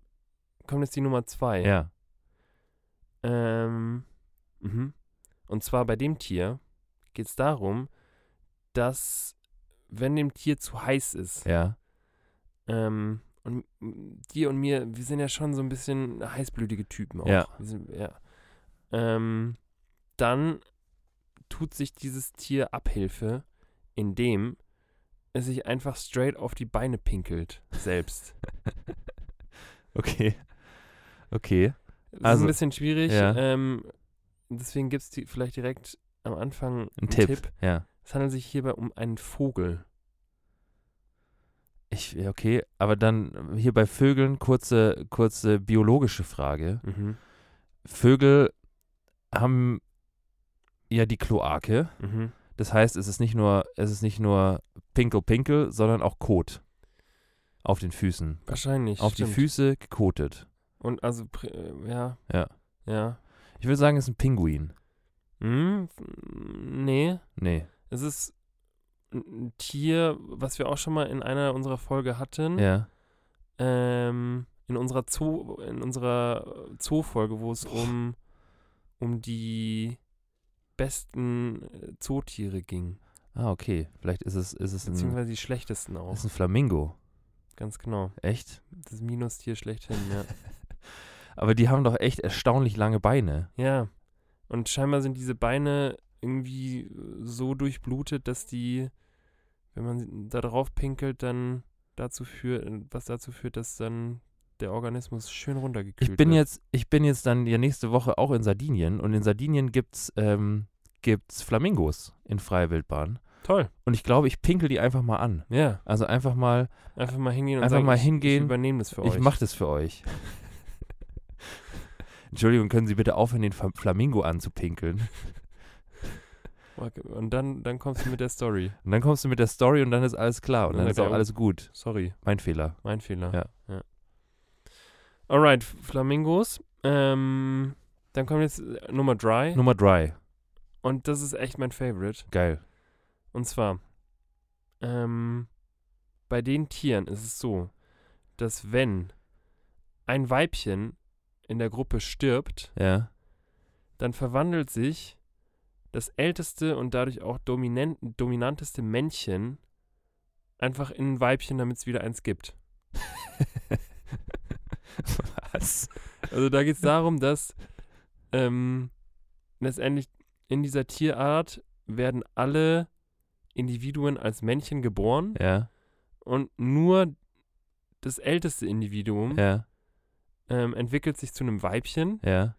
Speaker 3: kommt jetzt die Nummer zwei.
Speaker 2: ja.
Speaker 3: Ähm, mhm. Und zwar bei dem Tier geht es darum, dass wenn dem Tier zu heiß ist,
Speaker 2: Ja.
Speaker 3: ähm, und m- dir und mir, wir sind ja schon so ein bisschen heißblütige Typen auch.
Speaker 2: Ja.
Speaker 3: Wir sind, ja. Ähm, dann tut sich dieses Tier Abhilfe, indem es sich einfach straight auf die Beine pinkelt, selbst.
Speaker 2: Okay. Okay.
Speaker 3: Das ist
Speaker 2: Also,
Speaker 3: ein bisschen schwierig.
Speaker 2: ja.
Speaker 3: Ähm, deswegen gibt es vielleicht direkt am Anfang
Speaker 2: Ein
Speaker 3: einen
Speaker 2: Tipp. Ja.
Speaker 3: Es handelt sich hierbei um einen Vogel.
Speaker 2: Ich, ja, okay, aber dann äh, hier bei Vögeln kurze, kurze biologische Frage.
Speaker 3: Mhm.
Speaker 2: Vögel haben ja die Kloake.
Speaker 3: Mhm.
Speaker 2: Das heißt, es ist nicht nur, es ist nicht nur Pinkel Pinkel, sondern auch Kot auf den Füßen.
Speaker 3: Wahrscheinlich.
Speaker 2: Auf die
Speaker 3: stimmt.
Speaker 2: Füße gekotet.
Speaker 3: Und also, pr- äh, ja.
Speaker 2: Ja.
Speaker 3: Ja.
Speaker 2: Ich würde sagen, es ist ein Pinguin.
Speaker 3: Hm? Nee.
Speaker 2: Nee.
Speaker 3: Es ist ein Tier, was wir auch schon mal in einer unserer Folge hatten.
Speaker 2: Ja.
Speaker 3: Ähm, in unserer Zoo, in unserer Zoo-Folge, wo es um, um die besten äh, Zootiere ging.
Speaker 2: Ah, okay. Vielleicht ist es, ist es ein,
Speaker 3: Beziehungsweise die schlechtesten auch.
Speaker 2: ist ein Flamingo.
Speaker 3: Ganz genau.
Speaker 2: Echt?
Speaker 3: Das Minustier schlechthin, ja.
Speaker 2: Aber die haben doch echt erstaunlich lange Beine.
Speaker 3: Ja. Und scheinbar sind diese Beine irgendwie äh, so durchblutet, dass die, wenn man sie- da drauf pinkelt, dann dazu führt, was dazu führt, dass dann der Organismus schön runtergekühlt
Speaker 2: Ich bin
Speaker 3: wird.
Speaker 2: jetzt, ich bin jetzt dann ja nächste Woche auch in Sardinien und in Sardinien gibt's, ähm, gibt's Flamingos in freier Wildbahn.
Speaker 3: Toll.
Speaker 2: Und ich glaube, ich pinkel die einfach mal an.
Speaker 3: Ja.
Speaker 2: Also einfach mal,
Speaker 3: Einfach mal hingehen und
Speaker 2: Einfach
Speaker 3: sagen,
Speaker 2: mal
Speaker 3: ich, ich
Speaker 2: hingehen.
Speaker 3: übernehme das für euch.
Speaker 2: ich mach das für euch. Entschuldigung, können Sie bitte aufhören, den Fa- Flamingo anzupinkeln?
Speaker 3: Okay, Und dann, dann kommst du mit der Story.
Speaker 2: Und dann kommst du mit der Story und dann ist alles klar und
Speaker 3: Und
Speaker 2: dann
Speaker 3: dann
Speaker 2: ist auch
Speaker 3: der-
Speaker 2: alles gut.
Speaker 3: Sorry,
Speaker 2: Mein Fehler.
Speaker 3: mein Fehler.
Speaker 2: Ja.
Speaker 3: Alright, Flamingos. Ähm, dann kommt jetzt äh, Nummer 3.
Speaker 2: Nummer drei.
Speaker 3: Und das ist echt mein Favorite.
Speaker 2: Geil.
Speaker 3: Und zwar, ähm, bei den Tieren ist es so, dass wenn ein Weibchen in der Gruppe stirbt,
Speaker 2: Ja.
Speaker 3: dann verwandelt sich das älteste und dadurch auch dominant, dominanteste Männchen einfach in ein Weibchen, damit es wieder eins gibt.
Speaker 2: Was?
Speaker 3: Also da geht es darum, dass ähm, letztendlich in dieser Tierart werden alle Individuen als Männchen geboren
Speaker 2: Ja,
Speaker 3: und nur das älteste Individuum
Speaker 2: ja,
Speaker 3: ähm, entwickelt sich zu einem Weibchen
Speaker 2: ja.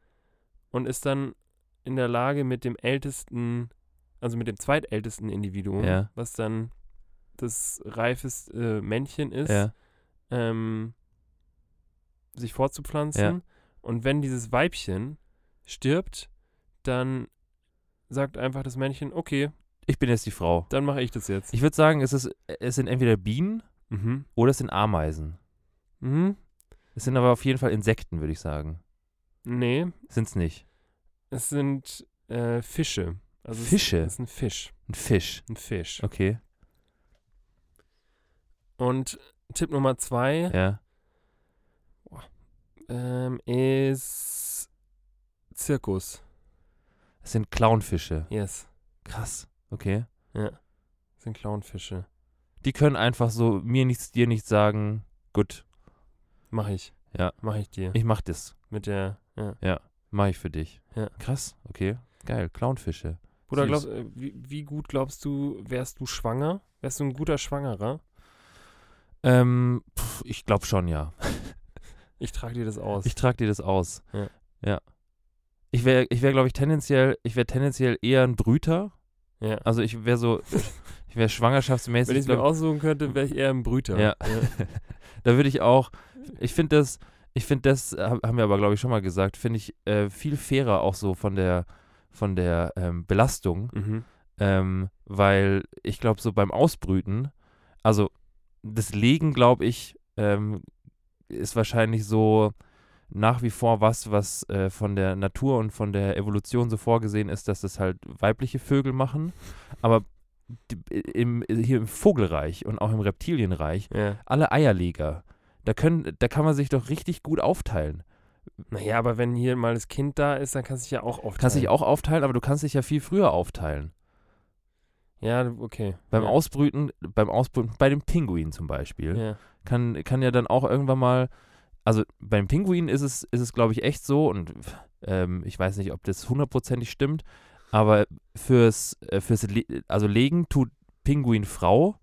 Speaker 3: und ist dann in der Lage mit dem ältesten, also mit dem zweitältesten Individuum,
Speaker 2: Ja.
Speaker 3: was dann das reifes äh, Männchen ist,
Speaker 2: Ja,
Speaker 3: ähm, sich fortzupflanzen. Und wenn dieses Weibchen stirbt, dann sagt einfach das Männchen, okay,
Speaker 2: ich bin jetzt die Frau.
Speaker 3: dann mache ich das jetzt.
Speaker 2: Ich würde sagen, es, ist, es sind entweder Bienen
Speaker 3: mhm.
Speaker 2: oder es sind Ameisen.
Speaker 3: Mhm.
Speaker 2: Es sind aber auf jeden Fall Insekten, würde ich sagen.
Speaker 3: Nee,
Speaker 2: Sind's nicht.
Speaker 3: es sind äh, Fische. Also
Speaker 2: Fische?
Speaker 3: Es, es ist ein Fisch.
Speaker 2: Ein Fisch.
Speaker 3: Ein Fisch.
Speaker 2: Okay.
Speaker 3: Und Tipp Nummer zwei
Speaker 2: Ja.
Speaker 3: ähm, ist Zirkus.
Speaker 2: Es sind Clownfische.
Speaker 3: Yes.
Speaker 2: Krass. Okay.
Speaker 3: Das sind Clownfische.
Speaker 2: Die können einfach so mir nichts, dir nichts sagen. Gut,
Speaker 3: Mach ich.
Speaker 2: Ja.
Speaker 3: Mach ich dir.
Speaker 2: ich mach das.
Speaker 3: Mit der. Ja.
Speaker 2: Mach ich für dich.
Speaker 3: Ja.
Speaker 2: Krass. Okay. Geil. Clownfische.
Speaker 3: Bruder,
Speaker 2: Süß.
Speaker 3: glaubst, äh, wie, wie gut glaubst du, wärst du schwanger? Wärst du ein guter Schwangerer?
Speaker 2: Ähm, pf, ich glaube schon, ja.
Speaker 3: Ich trage dir das aus.
Speaker 2: Ich trage dir das aus.
Speaker 3: Ja.
Speaker 2: ja. Ich wäre, ich wär, glaube ich, tendenziell, ich wäre tendenziell eher ein Brüter.
Speaker 3: ja.
Speaker 2: Also ich wäre so, ich wäre schwangerschaftsmäßig.
Speaker 3: Wenn ich es mir
Speaker 2: glaub,
Speaker 3: aussuchen könnte, wäre ich eher ein Brüter.
Speaker 2: Ja. da würde ich auch, ich finde das, ich finde das, äh, hab- haben wir aber glaube ich schon mal gesagt, finde ich äh, viel fairer auch so von der, von der ähm, Belastung,
Speaker 3: Mhm.
Speaker 2: ähm, weil ich glaube so beim Ausbrüten, also das Legen glaube ich, ähm, ist wahrscheinlich so nach wie vor was, was äh, von der Natur und von der Evolution so vorgesehen ist, dass das halt weibliche Vögel machen, aber die- im, hier im Vogelreich und auch im Reptilienreich
Speaker 3: Ja.
Speaker 2: alle Eierleger. Da, können, da kann man sich doch richtig gut aufteilen.
Speaker 3: Naja, aber wenn hier mal das Kind da ist, dann kannst du dich ja auch aufteilen.
Speaker 2: Kannst dich auch aufteilen, aber du kannst dich ja viel früher aufteilen.
Speaker 3: Ja, okay.
Speaker 2: Beim
Speaker 3: ja.
Speaker 2: Ausbrüten, beim Ausbrüten, bei dem Pinguin zum Beispiel,
Speaker 3: Ja.
Speaker 2: kann, kann ja dann auch irgendwann mal, also beim Pinguin ist es, ist es glaube ich, echt so und ähm, ich weiß nicht, ob das hundertprozentig stimmt, aber fürs, äh, fürs Le also Legen tut Pinguin Frau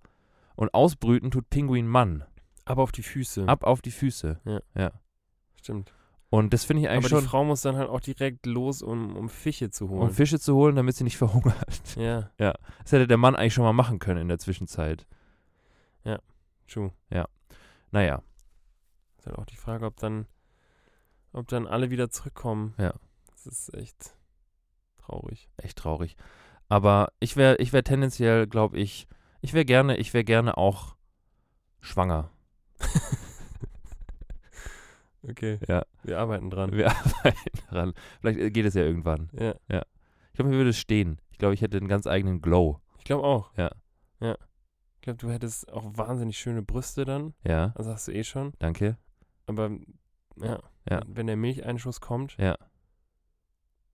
Speaker 2: und Ausbrüten tut Pinguin Mann.
Speaker 3: Aber auf die Füße.
Speaker 2: Ab auf die Füße.
Speaker 3: Stimmt.
Speaker 2: Und das finde ich
Speaker 3: Aber
Speaker 2: eigentlich
Speaker 3: die
Speaker 2: schon,
Speaker 3: Frau muss dann halt auch direkt los, um, um Fische zu holen.
Speaker 2: um Fische zu holen, damit sie nicht verhungert.
Speaker 3: ja,
Speaker 2: Das hätte der Mann eigentlich schon mal machen können in der Zwischenzeit.
Speaker 3: true.
Speaker 2: Ja. Naja,
Speaker 3: Ist halt auch die Frage, ob dann, ob dann alle wieder zurückkommen.
Speaker 2: Ja.
Speaker 3: Das ist echt traurig.
Speaker 2: echt traurig. Aber ich wäre ich wär tendenziell, glaube ich, ich wäre gerne, ich wäre gerne auch schwanger.
Speaker 3: Okay.
Speaker 2: Ja.
Speaker 3: Wir arbeiten dran.
Speaker 2: Wir arbeiten daran. Vielleicht äh, geht es ja irgendwann.
Speaker 3: ja.
Speaker 2: Ich glaube, mir würde es stehen. Ich glaube, ich hätte einen ganz eigenen Glow.
Speaker 3: Ich glaube auch.
Speaker 2: Ja.
Speaker 3: Ja. Ich glaube, du hättest auch wahnsinnig schöne Brüste dann.
Speaker 2: Ja,
Speaker 3: Also hast du eh schon.
Speaker 2: danke.
Speaker 3: Aber ja,
Speaker 2: Ja.
Speaker 3: wenn der Milcheinschuss kommt,
Speaker 2: Ja.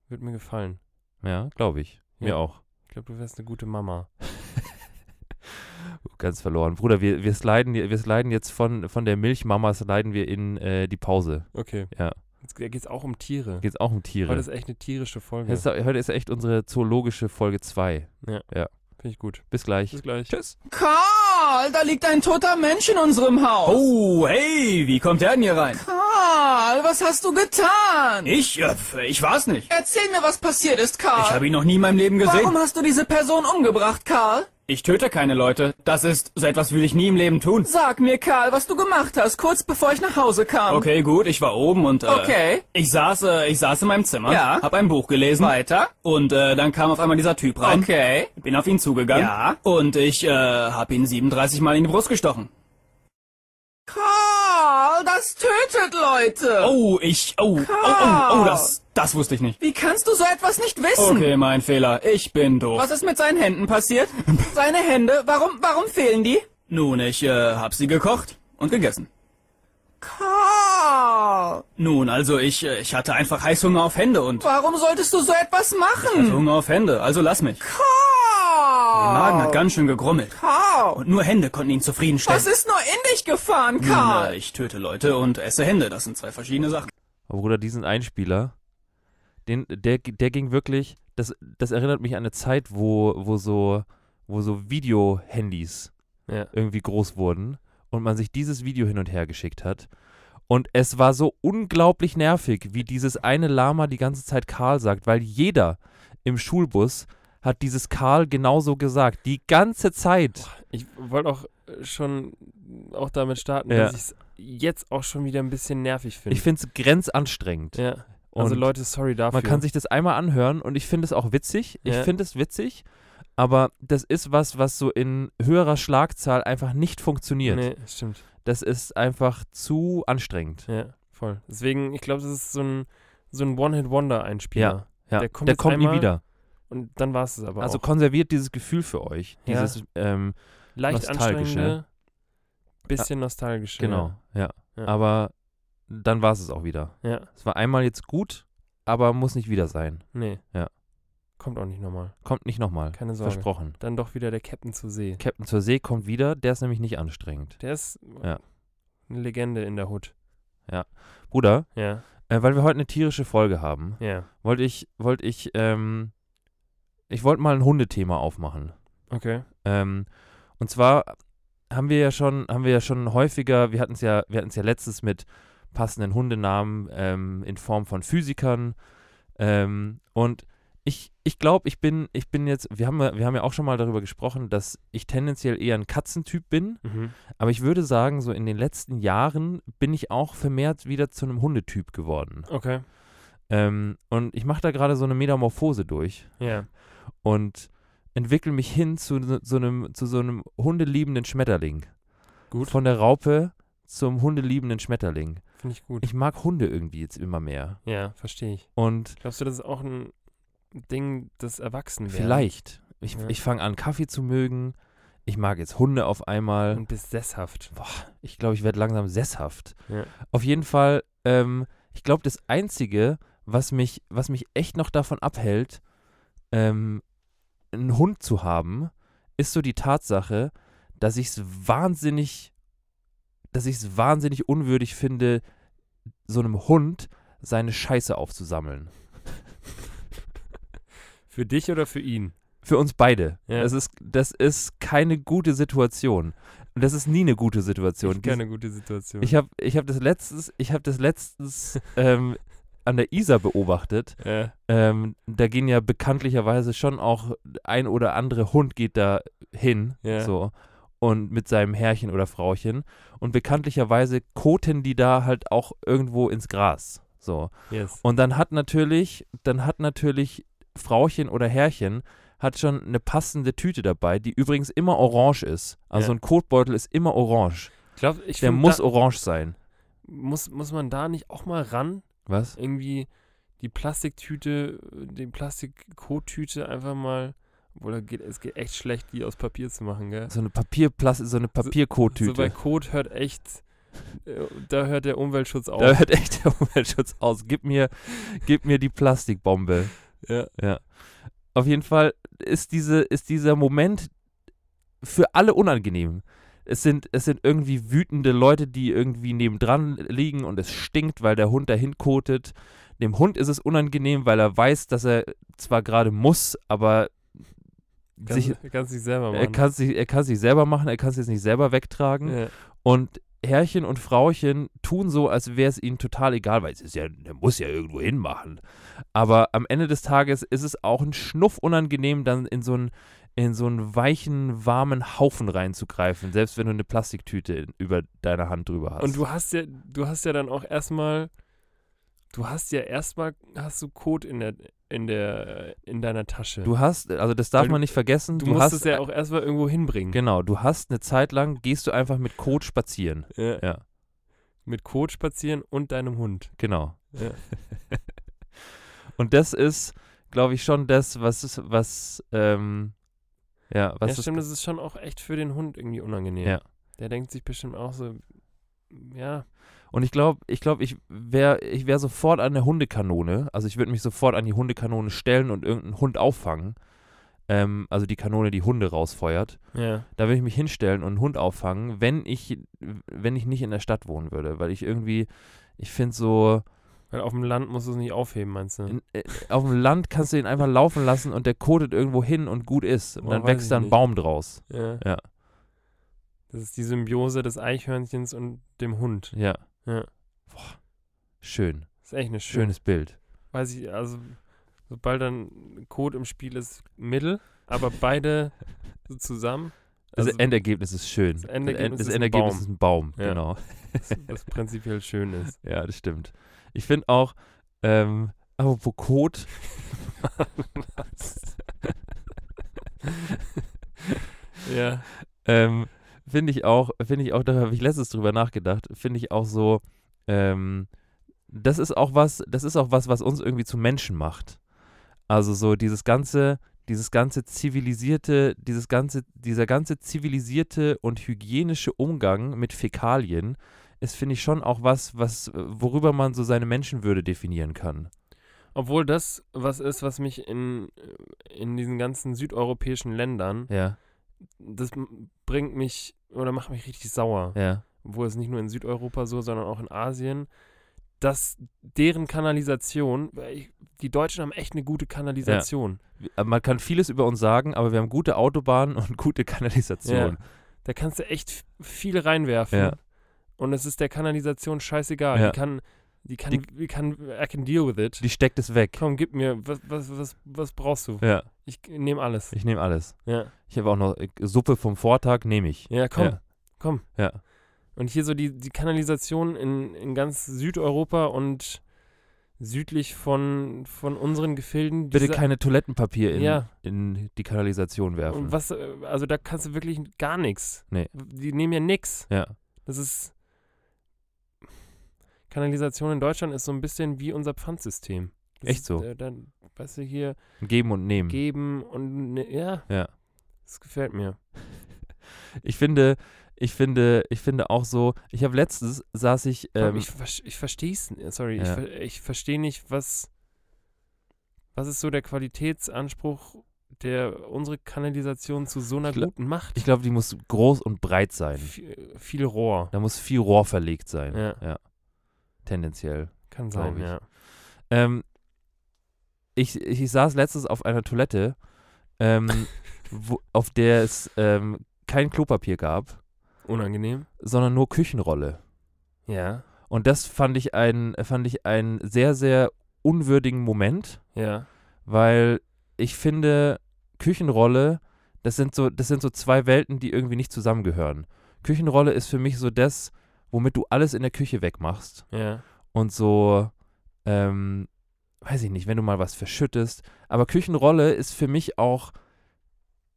Speaker 3: wird mir gefallen.
Speaker 2: Ja, glaube ich. Mir
Speaker 3: Ja.
Speaker 2: auch.
Speaker 3: Ich glaube, du wärst eine gute Mama.
Speaker 2: Ganz verloren. Bruder, wir, wir, sliden, wir sliden jetzt von, von der Milchmama sliden wir in äh, die Pause.
Speaker 3: Okay.
Speaker 2: Ja.
Speaker 3: Jetzt geht es auch um Tiere.
Speaker 2: Geht's auch um Tiere.
Speaker 3: Heute ist echt eine tierische Folge.
Speaker 2: Heute ist, heute ist echt unsere zoologische Folge 2.
Speaker 3: Finde ich gut.
Speaker 2: Bis gleich.
Speaker 3: Bis gleich.
Speaker 2: Tschüss.
Speaker 4: Karl, da liegt ein toter Mensch in unserem Haus.
Speaker 5: Oh, hey, wie kommt der denn hier rein?
Speaker 4: Karl, was hast du getan?
Speaker 5: Ich? Äh, ich war's nicht.
Speaker 4: Erzähl mir, was passiert ist, Karl.
Speaker 5: Ich habe ihn noch nie in meinem Leben gesehen.
Speaker 4: Warum hast du diese Person umgebracht, Karl?
Speaker 5: Ich töte keine Leute. Das ist, so etwas will ich nie im Leben tun.
Speaker 4: Sag mir, Karl, was du gemacht hast, kurz bevor ich nach Hause kam.
Speaker 5: Okay, gut, ich war oben und, äh,
Speaker 4: Okay.
Speaker 5: Ich saß, äh, ich saß in meinem Zimmer.
Speaker 4: Ja.
Speaker 5: Hab ein Buch gelesen.
Speaker 4: Weiter.
Speaker 5: Und, äh, dann kam auf einmal dieser Typ rein.
Speaker 4: Okay.
Speaker 5: Bin auf ihn zugegangen.
Speaker 4: Ja.
Speaker 5: Und ich, äh, hab ihn 37 Mal in die Brust gestochen.
Speaker 4: Karl, das tötet Leute.
Speaker 5: Oh, ich, oh, oh, oh, oh, das, das wusste ich nicht.
Speaker 4: Wie kannst du so etwas nicht wissen?
Speaker 5: Okay, mein Fehler. Ich bin doof.
Speaker 4: Was ist mit seinen Händen passiert? Seine Hände, warum, warum fehlen die?
Speaker 5: Nun, ich, äh, hab sie gekocht und gegessen.
Speaker 4: Karl,
Speaker 5: Nun, also ich, äh, ich hatte einfach Heißhunger auf Hände und
Speaker 4: warum solltest du so etwas machen?
Speaker 5: Hunger auf Hände, also lass mich. Mein
Speaker 4: Karl,
Speaker 5: Magen hat ganz schön gegrummelt.
Speaker 4: Karl.
Speaker 5: Und nur Hände konnten ihn zufriedenstellen.
Speaker 4: Was ist nur in dich gefahren,
Speaker 5: Nun,
Speaker 4: Karl?
Speaker 5: äh, ich töte Leute und esse Hände, das sind zwei verschiedene Sachen.
Speaker 2: Aber Oh, Bruder, diesen Einspieler, den, der, der ging wirklich, das, das erinnert mich an eine Zeit, wo, wo so, wo so Video-Handys
Speaker 3: Ja.
Speaker 2: irgendwie groß wurden und man sich dieses Video hin und her geschickt hat. Und es war so unglaublich nervig, wie dieses eine Lama die ganze Zeit Karl sagt, weil jeder im Schulbus hat dieses Karl genauso gesagt. Die ganze Zeit.
Speaker 3: Ich wollte auch äh, schon auch damit starten,
Speaker 2: Ja.
Speaker 3: dass ich es jetzt auch schon wieder ein bisschen nervig finde.
Speaker 2: Ich finde es grenzanstrengend.
Speaker 3: ja. Also
Speaker 2: Und
Speaker 3: Leute, sorry dafür.
Speaker 2: Man kann sich das einmal anhören und ich finde es auch witzig. Ich
Speaker 3: Ja.
Speaker 2: finde es witzig, aber das ist was, was so in höherer Schlagzahl einfach nicht funktioniert.
Speaker 3: Nee, stimmt.
Speaker 2: Das ist einfach zu anstrengend.
Speaker 3: Ja, voll. Deswegen, ich glaube, das ist so ein, so ein One-Hit-Wonder-Einspieler.
Speaker 2: Ja,
Speaker 3: Der kommt
Speaker 2: der
Speaker 3: jetzt
Speaker 2: kommt nie
Speaker 3: einmal,
Speaker 2: wieder.
Speaker 3: Und dann war es es aber
Speaker 2: Also
Speaker 3: auch.
Speaker 2: konserviert dieses Gefühl für euch.
Speaker 3: Ja.
Speaker 2: Dieses, ähm,
Speaker 3: Leicht
Speaker 2: nostalgische.
Speaker 3: anstrengende, bisschen nostalgisch.
Speaker 2: ne? Ah, genau, ja.
Speaker 3: Ja.
Speaker 2: Aber dann war es es auch wieder.
Speaker 3: Ja. ja,
Speaker 2: Es war einmal jetzt gut, aber muss nicht wieder sein.
Speaker 3: nee.
Speaker 2: Ja.
Speaker 3: Kommt auch nicht nochmal.
Speaker 2: Kommt nicht nochmal.
Speaker 3: Keine Sorge.
Speaker 2: Versprochen.
Speaker 3: Dann doch wieder der Captain zur See.
Speaker 2: Captain zur See kommt wieder, der ist nämlich nicht anstrengend.
Speaker 3: Der ist äh,
Speaker 2: Ja.
Speaker 3: eine Legende in der Hut.
Speaker 2: Bruder,
Speaker 3: Ja,
Speaker 2: äh, weil wir heute eine tierische Folge haben,
Speaker 3: ja.
Speaker 2: wollte ich, wollte ich, ähm, ich wollte mal ein Hundethema aufmachen.
Speaker 3: Okay.
Speaker 2: Ähm, und zwar haben wir ja schon, haben wir ja schon häufiger, wir hatten es ja, wir hatten es ja letztes mit passenden Hundenamen ähm, in Form von Physikern. Ähm, und ich, ich glaube, ich bin, ich bin jetzt, wir haben, ja- wir haben ja auch schon mal darüber gesprochen, dass ich tendenziell eher ein Katzentyp bin,
Speaker 3: Mhm.
Speaker 2: aber ich würde sagen, so in den letzten Jahren bin ich auch vermehrt wieder zu einem Hundetyp geworden.
Speaker 3: Okay.
Speaker 2: Ähm, und ich mache da gerade so eine Metamorphose durch
Speaker 3: Ja.
Speaker 2: und entwickle mich hin zu so, so einem, zu so einem hundeliebenden Schmetterling.
Speaker 3: Gut.
Speaker 2: Von der Raupe zum hundeliebenden Schmetterling.
Speaker 3: Finde ich gut.
Speaker 2: Ich mag Hunde irgendwie jetzt immer mehr.
Speaker 3: ja, verstehe ich.
Speaker 2: Und
Speaker 3: Glaubst du, das ist auch ein Ding des Erwachsenwerdens?
Speaker 2: vielleicht, ich,
Speaker 3: Ja.
Speaker 2: ich fange an, Kaffee zu mögen. Ich mag jetzt Hunde auf einmal.
Speaker 3: Und bist sesshaft.
Speaker 2: ich glaube, ich werde langsam sesshaft.
Speaker 3: Ja.
Speaker 2: Auf jeden Fall, ähm, ich glaube, das Einzige, was mich, was mich echt noch davon abhält, ähm, einen Hund zu haben, ist so die Tatsache, dass ich es wahnsinnig, dass ich es wahnsinnig unwürdig finde, so einem Hund seine Scheiße aufzusammeln.
Speaker 3: Für dich oder für ihn?
Speaker 2: Für uns beide.
Speaker 3: Ja.
Speaker 2: Das, ist, das ist keine gute Situation. Und das ist nie eine gute Situation.
Speaker 3: Ist keine gute Situation.
Speaker 2: Ich habe ich hab das letztens, ich hab das letztens ähm, an der Isar beobachtet.
Speaker 3: äh,
Speaker 2: Ähm, da gehen ja bekanntlicherweise schon auch ein oder andere Hund geht da hin.
Speaker 3: Ja.
Speaker 2: So. und mit seinem Herrchen oder Frauchen. Und bekanntlicherweise koten die da halt auch irgendwo ins Gras. So.
Speaker 3: Yes.
Speaker 2: Und dann hat natürlich, dann hat natürlich Frauchen oder Herrchen hat schon eine passende Tüte dabei, die übrigens immer orange ist. Also
Speaker 3: Ja.
Speaker 2: so ein Kotbeutel ist immer orange.
Speaker 3: Ich glaube, ich
Speaker 2: Der
Speaker 3: find,
Speaker 2: muss
Speaker 3: da,
Speaker 2: orange sein.
Speaker 3: muss, muss man da nicht auch mal ran,
Speaker 2: Was?
Speaker 3: irgendwie die Plastiktüte, die Plastikkotüte einfach mal, obwohl da geht, es geht echt schlecht, die aus Papier zu machen, gell?
Speaker 2: So eine Papierplas so eine
Speaker 3: So Also bei
Speaker 2: Papierkottüte.
Speaker 3: Kot hört echt, äh, da hört der Umweltschutz auf.
Speaker 2: da hört echt der Umweltschutz aus. Gib mir, gib mir die Plastikbombe.
Speaker 3: Ja.
Speaker 2: ja. Auf jeden Fall ist, diese, ist dieser Moment für alle unangenehm. Es sind, es sind irgendwie wütende Leute, die irgendwie nebendran liegen und es stinkt, weil der Hund dahin kotet. Dem Hund ist es unangenehm, weil er weiß, dass er zwar gerade muss, aber
Speaker 3: kannst,
Speaker 2: sich,
Speaker 3: kannst dich selber
Speaker 2: er
Speaker 3: machen.
Speaker 2: kann es sich, er kann's nicht selber machen, er kann es jetzt nicht selber wegtragen.
Speaker 3: ja.
Speaker 2: Und Herrchen und Frauchen tun so, als wäre es ihnen total egal, weil es ist ja, der muss ja irgendwo hinmachen. Aber am Ende des Tages ist es auch ein Schnuff unangenehm, dann in so einen, in so einen weichen, warmen Haufen reinzugreifen, selbst wenn du eine Plastiktüte in- über deiner Hand drüber hast.
Speaker 3: Und du hast ja, du hast ja dann auch erstmal, du hast ja erstmal, hast du Kot in der, in der, in deiner Tasche.
Speaker 2: Du hast, also das darf
Speaker 3: Weil du-
Speaker 2: man nicht vergessen,
Speaker 3: Du
Speaker 2: du,
Speaker 3: musst
Speaker 2: hast, äh,
Speaker 3: es ja auch erstmal irgendwo hinbringen.
Speaker 2: genau, du hast eine Zeit lang, gehst du einfach mit Kot spazieren.
Speaker 3: Ja.
Speaker 2: Ja.
Speaker 3: Mit Kot spazieren und deinem Hund.
Speaker 2: Genau.
Speaker 3: Ja.
Speaker 2: Und das ist, glaube ich, schon das, was es- was ähm, ja, was
Speaker 3: ja,
Speaker 2: es-
Speaker 3: stimmt, das ist schon auch echt für den Hund irgendwie unangenehm.
Speaker 2: Ja.
Speaker 3: Der denkt sich bestimmt auch so, ja,
Speaker 2: Und ich glaube, ich glaube, ich wäre ich wär sofort an der Hundekanone, also ich würde mich sofort an die Hundekanone stellen und irgendeinen Hund auffangen. Ähm, also die Kanone, die Hunde rausfeuert.
Speaker 3: ja,
Speaker 2: Da würde ich mich hinstellen und einen Hund auffangen, wenn ich, wenn ich nicht in der Stadt wohnen würde. Weil ich irgendwie, ich finde so,
Speaker 3: weil auf dem Land musst du es nicht aufheben, meinst du?
Speaker 2: In, äh, auf dem Land kannst du ihn einfach laufen lassen und der kotet irgendwo hin und gut ist. Und
Speaker 3: Boah,
Speaker 2: dann
Speaker 3: Oh, weiß ich
Speaker 2: wächst da ein
Speaker 3: nicht.
Speaker 2: Baum draus.
Speaker 3: Ja.
Speaker 2: Ja.
Speaker 3: Das ist die Symbiose des Eichhörnchens und dem Hund.
Speaker 2: Ja.
Speaker 3: Ja.
Speaker 2: Boah. Schön.
Speaker 3: ist echt eine schöne
Speaker 2: Schönes Bild.
Speaker 3: weiß ich, also sobald dann Code im Spiel ist, Mittel, aber beide so zusammen.
Speaker 2: Das
Speaker 3: Also,
Speaker 2: Endergebnis ist schön.
Speaker 3: das Endergebnis
Speaker 2: das
Speaker 3: ist ein
Speaker 2: Endergebnis
Speaker 3: Baum.
Speaker 2: ist ein Baum.
Speaker 3: Ja.
Speaker 2: Genau.
Speaker 3: das, was prinzipiell schön ist.
Speaker 2: Ja, das stimmt. Ich finde auch, ähm, apropos Kot.
Speaker 3: ja.
Speaker 2: Ähm, finde ich auch, finde ich auch, da habe ich letztens drüber nachgedacht, finde ich auch so, ähm, das ist auch was, das ist auch was, was uns irgendwie zu Menschen macht. Also so dieses ganze, dieses ganze zivilisierte, dieses ganze, dieser ganze zivilisierte und hygienische Umgang mit Fäkalien ist, finde ich, schon auch was, was, äh, worüber man so seine Menschenwürde definieren kann.
Speaker 3: Obwohl das was ist, was mich in, in diesen ganzen südeuropäischen Ländern,
Speaker 2: Ja,
Speaker 3: das m- bringt mich oder macht mich richtig sauer.
Speaker 2: ja.
Speaker 3: Obwohl es nicht nur in Südeuropa so, sondern auch in Asien, dass deren Kanalisation, weil ich, die Deutschen haben echt eine gute Kanalisation.
Speaker 2: Äh, Man kann vieles über uns sagen, aber wir haben gute Autobahnen und gute Kanalisation.
Speaker 3: Da kannst du echt f- viel reinwerfen.
Speaker 2: Ja.
Speaker 3: Und es ist der Kanalisation scheißegal.
Speaker 2: Ja.
Speaker 3: Die kann, die kann,
Speaker 2: Die-
Speaker 3: die, kann, I can deal with it.
Speaker 2: Die steckt es weg.
Speaker 3: Komm, gib mir, was, was, was, was brauchst du?
Speaker 2: Ja.
Speaker 3: Ich nehme alles.
Speaker 2: Ich nehme alles.
Speaker 3: Ja,
Speaker 2: Ich habe auch noch äh, Suppe vom Vortag, nehme ich.
Speaker 3: ja komm,
Speaker 2: Ja.
Speaker 3: komm.
Speaker 2: Ja.
Speaker 3: Und hier so die, die Kanalisation in, in ganz Südeuropa und südlich von, von unseren Gefilden.
Speaker 2: Bitte
Speaker 3: diese-
Speaker 2: keine Toilettenpapier in,
Speaker 3: Ja.
Speaker 2: in die Kanalisation werfen.
Speaker 3: Und was, äh, also da kannst du wirklich gar nichts.
Speaker 2: Nee.
Speaker 3: Die nehmen ja nichts.
Speaker 2: Ja.
Speaker 3: Das ist. Kanalisation in Deutschland ist so ein bisschen wie unser Pfandsystem. Das
Speaker 2: Echt
Speaker 3: ist,
Speaker 2: so?
Speaker 3: Äh, dann, weißt du, hier
Speaker 2: Geben und nehmen.
Speaker 3: geben und. Ne, ja.
Speaker 2: Ja.
Speaker 3: Das gefällt mir.
Speaker 2: Ich finde, ich finde, ich finde auch so, ich habe letztens saß ich,
Speaker 3: Vor allem
Speaker 2: ähm,
Speaker 3: ich ver- ich verstehe es. Sorry, ich,
Speaker 2: ja.
Speaker 3: ver- ich verstehe nicht, was. Was ist so der Qualitätsanspruch, der unsere Kanalisation zu so einer
Speaker 2: Ich gla-
Speaker 3: guten macht?
Speaker 2: ich glaube, die muss groß und breit sein.
Speaker 3: viel, viel Rohr.
Speaker 2: Da muss viel Rohr verlegt sein.
Speaker 3: Ja.
Speaker 2: Tendenziell.
Speaker 3: Kann sein,
Speaker 2: glaub ich.
Speaker 3: ja.
Speaker 2: Ähm, ich, ich, ich saß letztens auf einer Toilette, ähm, wo, auf der es ähm, kein Klopapier gab,
Speaker 3: Unangenehm.
Speaker 2: sondern nur Küchenrolle.
Speaker 3: Ja.
Speaker 2: Und das fand ich ein, fand ich einen sehr, sehr unwürdigen Moment,
Speaker 3: Ja.
Speaker 2: weil ich finde, Küchenrolle, das sind so, das sind so zwei Welten, die irgendwie nicht zusammengehören. Küchenrolle ist für mich so das, womit du alles in der Küche wegmachst
Speaker 3: Ja.
Speaker 2: und so, ähm, weiß ich nicht, wenn du mal was verschüttest. Aber Küchenrolle ist für mich auch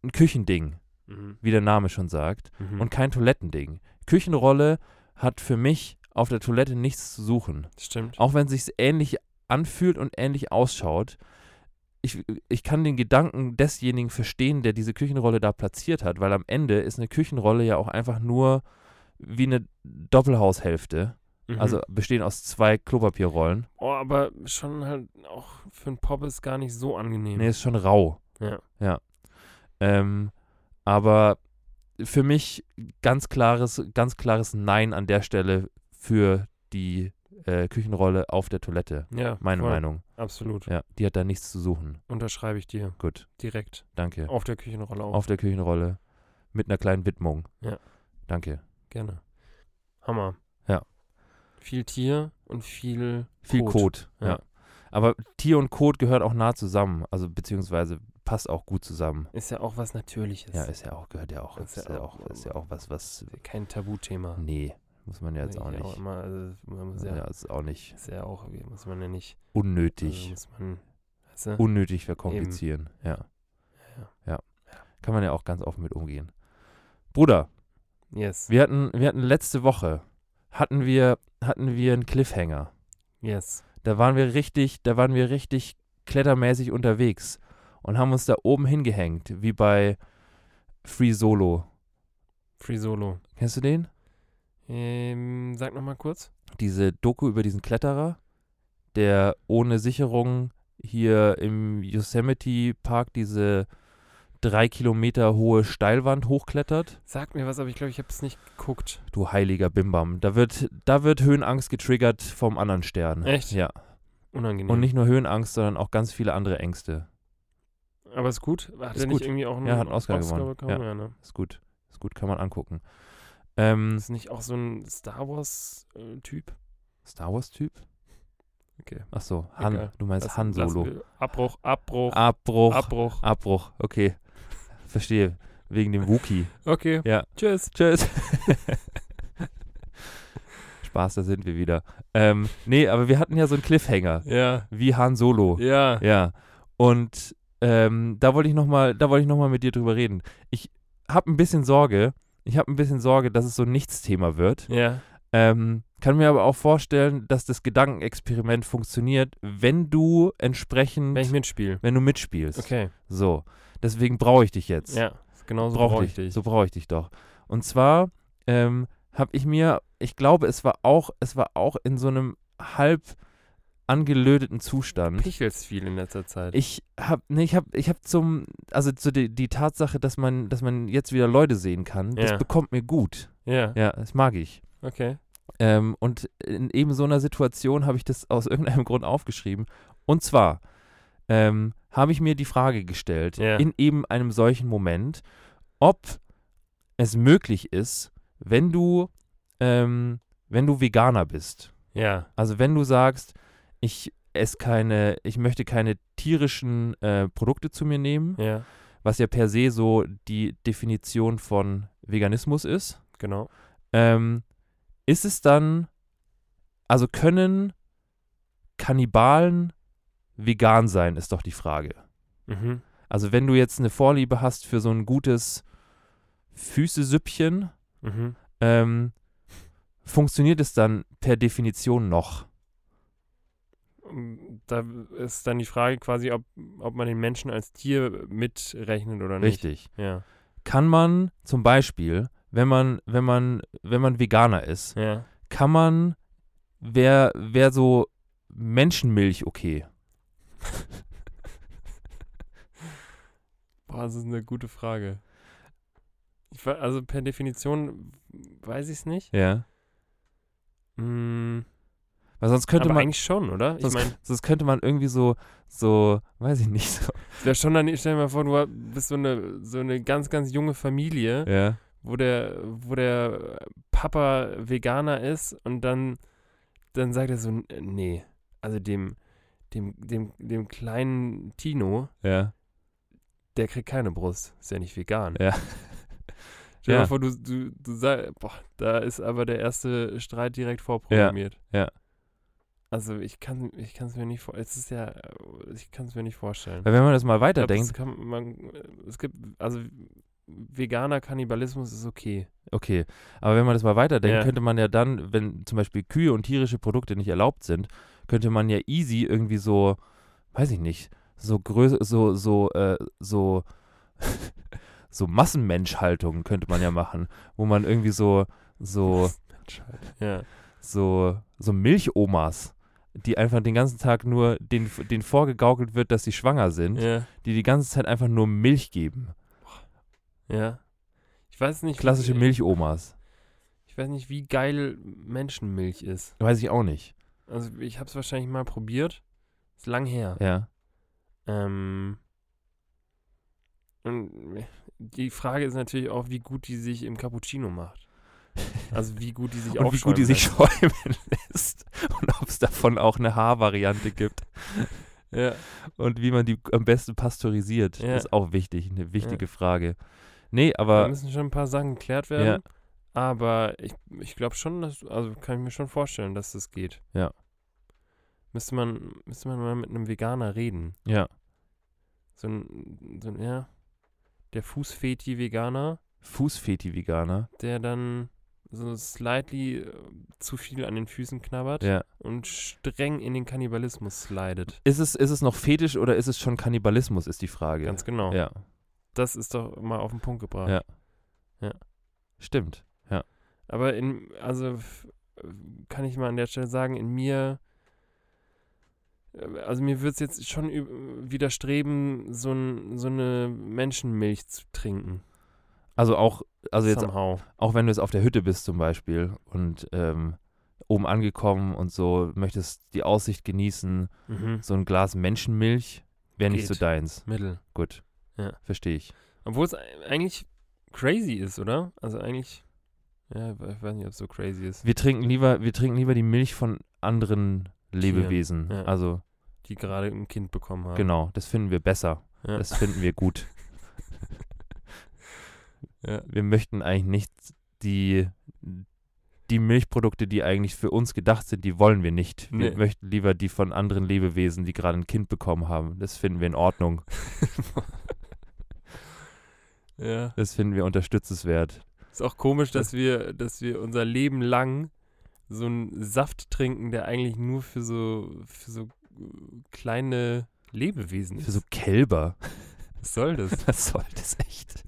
Speaker 2: ein Küchending,
Speaker 3: Mhm.
Speaker 2: wie der Name schon sagt,
Speaker 3: Mhm.
Speaker 2: und kein Toilettending. Küchenrolle hat für mich auf der Toilette nichts zu suchen.
Speaker 3: Stimmt.
Speaker 2: Auch wenn es sich ähnlich anfühlt und ähnlich ausschaut. Ich, ich kann den Gedanken desjenigen verstehen, der diese Küchenrolle da platziert hat, weil am Ende ist eine Küchenrolle ja auch einfach nur wie eine Doppelhaushälfte.
Speaker 3: Mhm.
Speaker 2: Also bestehen aus zwei Klopapierrollen.
Speaker 3: Oh, aber schon halt auch für einen Pop ist gar nicht so angenehm.
Speaker 2: Nee, ist schon rau.
Speaker 3: Ja.
Speaker 2: Ja. Ähm, aber für mich ganz klares, ganz klares Nein an der Stelle für die äh, Küchenrolle auf der Toilette.
Speaker 3: Ja,
Speaker 2: Meine
Speaker 3: voll.
Speaker 2: Meinung.
Speaker 3: Absolut.
Speaker 2: Ja, die hat da nichts zu suchen.
Speaker 3: Unterschreibe ich dir
Speaker 2: Gut,
Speaker 3: direkt
Speaker 2: danke.
Speaker 3: auf der Küchenrolle auch.
Speaker 2: Auf der Küchenrolle mit einer kleinen Widmung.
Speaker 3: Ja.
Speaker 2: Danke.
Speaker 3: Gerne. Hammer.
Speaker 2: Ja.
Speaker 3: Viel Tier und viel
Speaker 2: Viel Kot.
Speaker 3: Kot.
Speaker 2: Ja.
Speaker 3: Ja.
Speaker 2: Aber Tier und Kot gehört auch nah zusammen. Also beziehungsweise passt auch gut zusammen.
Speaker 3: Ist ja auch was Natürliches.
Speaker 2: Ja, ist ja auch, gehört ja auch. Ist, ja, auch, ist ja auch was, was.
Speaker 3: kein Tabuthema.
Speaker 2: Nee, muss man ja jetzt
Speaker 3: Sag
Speaker 2: auch
Speaker 3: ich
Speaker 2: nicht.
Speaker 3: Auch immer, also, man muss ja,
Speaker 2: Ja, ist auch nicht
Speaker 3: Ist ja auch, muss man ja nicht. Also
Speaker 2: unnötig,
Speaker 3: muss man, weißt du?
Speaker 2: unnötig verkomplizieren. Ja.
Speaker 3: Ja.
Speaker 2: ja. Kann man ja auch ganz offen mit umgehen. Bruder,
Speaker 3: Yes.
Speaker 2: wir hatten, wir hatten letzte Woche, hatten wir, hatten wir einen Cliffhanger.
Speaker 3: Yes.
Speaker 2: Da waren wir richtig, da waren wir richtig klettermäßig unterwegs und haben uns da oben hingehängt, wie bei Free Solo.
Speaker 3: Free Solo.
Speaker 2: Kennst du den?
Speaker 3: Ähm, sag nochmal kurz.
Speaker 2: Diese Doku über diesen Kletterer, der ohne Sicherung hier im Yosemite Park diese drei Kilometer hohe Steilwand hochklettert.
Speaker 3: Sag mir was, aber ich glaube, ich habe es nicht geguckt.
Speaker 2: Du heiliger Bimbam. Da wird, da wird Höhenangst getriggert vom anderen Stern.
Speaker 3: Echt? Mhm.
Speaker 2: Ja.
Speaker 3: Unangenehm.
Speaker 2: Und nicht nur Höhenangst, sondern auch ganz viele andere Ängste.
Speaker 3: aber ist gut. Hat
Speaker 2: Ist
Speaker 3: er
Speaker 2: gut.
Speaker 3: nicht irgendwie auch einen,
Speaker 2: Ja, hat einen Oscar gewonnen.
Speaker 3: bekommen? Ja. ne?
Speaker 2: Ist gut. Ist gut, kann man angucken. Ähm,
Speaker 3: Ist nicht auch so ein Star äh, Wars-Typ?
Speaker 2: Star Wars-Typ?
Speaker 3: Okay.
Speaker 2: Ach so, Han,
Speaker 3: Egal.
Speaker 2: du meinst Han Solo.
Speaker 3: Abbruch, Abbruch,
Speaker 2: Abbruch,
Speaker 3: Abbruch.
Speaker 2: Abbruch, okay. Verstehe, wegen dem Wookie.
Speaker 3: Okay.
Speaker 2: Ja.
Speaker 3: Tschüss.
Speaker 2: Tschüss. Spaß, da sind wir wieder. Ähm, nee, aber wir hatten ja so einen Cliffhanger,
Speaker 3: Ja.
Speaker 2: wie Han Solo.
Speaker 3: Ja.
Speaker 2: Ja, und ähm, da wollte ich nochmal wollt noch mal mit dir drüber reden. Ich habe ein bisschen Sorge, ich habe ein bisschen Sorge, dass es so ein Nichtsthema wird.
Speaker 3: Ja.
Speaker 2: Ähm, kann mir aber auch vorstellen, dass das Gedankenexperiment funktioniert, wenn du entsprechend,
Speaker 3: Wenn ich mitspiele.
Speaker 2: wenn du mitspielst.
Speaker 3: Okay.
Speaker 2: So, deswegen brauche ich dich jetzt.
Speaker 3: Ja. Genau so
Speaker 2: Brauch
Speaker 3: brauche ich
Speaker 2: dich.
Speaker 3: dich.
Speaker 2: So brauche ich dich doch. Und zwar ähm, habe ich mir, ich glaube, es war auch, es war auch in so einem halb angelöteten Zustand.
Speaker 3: Pichelst viel in letzter Zeit.
Speaker 2: Ich habe, nee, ich habe, ich habe zum, also zu die, die Tatsache, dass man, dass man jetzt wieder Leute sehen kann,
Speaker 3: Ja.
Speaker 2: das bekommt mir gut.
Speaker 3: ja.
Speaker 2: Ja, das mag ich.
Speaker 3: Okay.
Speaker 2: Ähm, und in eben so einer Situation habe ich das aus irgendeinem Grund aufgeschrieben. Und zwar ähm, habe ich mir die Frage gestellt,
Speaker 3: Ja.
Speaker 2: in eben einem solchen Moment, ob es möglich ist, wenn du, ähm, wenn du Veganer bist.
Speaker 3: Ja.
Speaker 2: Also wenn du sagst, ich esse keine, ich möchte keine tierischen äh, Produkte zu mir nehmen,
Speaker 3: Ja.
Speaker 2: was ja per se so die Definition von Veganismus ist
Speaker 3: Genau.
Speaker 2: ähm, ist es dann, also können Kannibalen vegan sein, ist doch die Frage.
Speaker 3: Mhm.
Speaker 2: Also wenn du jetzt eine Vorliebe hast für so ein gutes Füße-Süppchen,
Speaker 3: Mhm.
Speaker 2: ähm, funktioniert es dann per Definition noch?
Speaker 3: Da ist dann die Frage quasi, ob, ob man den Menschen als Tier mitrechnet oder nicht.
Speaker 2: Richtig.
Speaker 3: Ja.
Speaker 2: Kann man zum Beispiel, wenn man, wenn man, wenn man Veganer ist,
Speaker 3: Ja.
Speaker 2: kann man, wer, wer so Menschenmilch okay?
Speaker 3: Boah, das ist eine gute Frage. Ich, we- also per Definition weiß ich es nicht.
Speaker 2: Ja.
Speaker 3: Mm,
Speaker 2: Weil sonst könnte
Speaker 3: aber
Speaker 2: man.
Speaker 3: eigentlich schon, oder? Ich
Speaker 2: Sonst,
Speaker 3: meine,
Speaker 2: sonst könnte man irgendwie so, so, weiß ich nicht, so.
Speaker 3: ja schon dann, stell dir mal vor, du bist so eine, so eine ganz, ganz junge Familie,
Speaker 2: Ja.
Speaker 3: wo der, wo der Papa Veganer ist und dann, dann sagt er so, "N- äh, nee, also dem, dem, dem, dem kleinen Tino,
Speaker 2: Ja.
Speaker 3: der kriegt keine Brust. Ist ja nicht vegan.
Speaker 2: Ja.
Speaker 3: Stell dir
Speaker 2: Ja.
Speaker 3: mal vor, du, du, du sagst, boah, da ist aber der erste Streit direkt vorprogrammiert.
Speaker 2: ja.
Speaker 3: Also ich kann ich kann es mir nicht vorstellen. Es ist ja, äh, ich kann es mir nicht vorstellen.
Speaker 2: Weil wenn man das mal
Speaker 3: Ich glaub, das
Speaker 2: weiterdenkt,
Speaker 3: kann man, es gibt, also veganer Kannibalismus ist okay.
Speaker 2: okay, aber wenn man das mal weiterdenkt,
Speaker 3: Ja.
Speaker 2: könnte man ja dann, wenn zum Beispiel Kühe und tierische Produkte nicht erlaubt sind, könnte man ja easy irgendwie so, weiß ich nicht, so Größe, so, so, äh, so, so Massenmenschhaltung könnte man ja machen, wo man irgendwie so, so,
Speaker 3: halt, Ja.
Speaker 2: so, so Milchomas, die einfach den ganzen Tag nur, den, den vorgegaukelt wird, dass sie schwanger sind,
Speaker 3: Ja.
Speaker 2: die die ganze Zeit einfach nur Milch geben.
Speaker 3: Ja. Ich weiß nicht.
Speaker 2: Klassische
Speaker 3: wie-
Speaker 2: Milchomas.
Speaker 3: Ich weiß nicht, wie geil Menschenmilch ist.
Speaker 2: Weiß ich auch nicht.
Speaker 3: Also ich habe es wahrscheinlich mal probiert. Ist lang her.
Speaker 2: Ja.
Speaker 3: Ähm, und äh, die Frage ist natürlich auch, wie gut die sich im Cappuccino macht. Also wie gut die sich
Speaker 2: Und wie gut die
Speaker 3: aufschäumen
Speaker 2: sich
Speaker 3: lässt.
Speaker 2: schäumen lässt. Und ob es davon auch eine Haarvariante gibt.
Speaker 3: Ja.
Speaker 2: Und wie man die am besten pasteurisiert.
Speaker 3: Ja.
Speaker 2: Ist auch wichtig. Eine wichtige Frage. Nee,
Speaker 3: Da
Speaker 2: aber
Speaker 3: müssen schon ein paar Sachen geklärt werden. Aber ich, ich glaube schon, dass, also kann ich mir schon vorstellen, dass das geht.
Speaker 2: Ja.
Speaker 3: Müsste man, müsste man mal mit einem Veganer reden.
Speaker 2: ja.
Speaker 3: So ein, so ein ja, der Fußfeti-Veganer,
Speaker 2: Fußfeti-Veganer.
Speaker 3: der dann so slightly äh, zu viel an den Füßen knabbert
Speaker 2: Ja.
Speaker 3: und streng in den Kannibalismus slidet.
Speaker 2: Ist es, ist es noch fetisch oder ist es schon Kannibalismus, ist die Frage.
Speaker 3: Ganz genau.
Speaker 2: Ja.
Speaker 3: Das ist doch mal auf den Punkt gebracht.
Speaker 2: Ja. Stimmt.
Speaker 3: Aber in, also f- kann ich mal an der Stelle sagen, in mir, äh, also mir wird es jetzt schon üb- widerstreben, so, ein, so eine Menschenmilch zu trinken.
Speaker 2: Also auch, also jetzt
Speaker 3: Somehow.
Speaker 2: auch wenn du jetzt auf der Hütte bist zum Beispiel und ähm, oben angekommen und so, möchtest die Aussicht genießen,
Speaker 3: Mhm.
Speaker 2: so ein Glas Menschenmilch wäre nicht so
Speaker 3: Geht.
Speaker 2: deins.
Speaker 3: Mittel.
Speaker 2: Gut.
Speaker 3: Ja.
Speaker 2: Verstehe ich.
Speaker 3: Obwohl es ei- eigentlich crazy ist, oder? Also eigentlich, ja, ich weiß nicht, ob es so crazy ist.
Speaker 2: Wir trinken lieber, wir trinken lieber die Milch von anderen Lebewesen.
Speaker 3: ja.
Speaker 2: Also,
Speaker 3: Die gerade ein Kind bekommen haben.
Speaker 2: genau, das finden wir besser.
Speaker 3: Ja.
Speaker 2: Das finden wir gut.
Speaker 3: Ja.
Speaker 2: Wir möchten eigentlich nicht die, die Milchprodukte, die eigentlich für uns gedacht sind, die wollen wir nicht. Wir
Speaker 3: Nee.
Speaker 2: möchten lieber die von anderen Lebewesen, die gerade ein Kind bekommen haben. Das finden wir in Ordnung.
Speaker 3: ja.
Speaker 2: Das finden wir unterstützenswert.
Speaker 3: Ist auch komisch, dass wir, dass wir unser Leben lang so einen Saft trinken, der eigentlich nur für so, für so äh, kleine Lebewesen
Speaker 2: Für
Speaker 3: ist.
Speaker 2: so Kälber.
Speaker 3: Was soll das?
Speaker 2: Was soll das echt?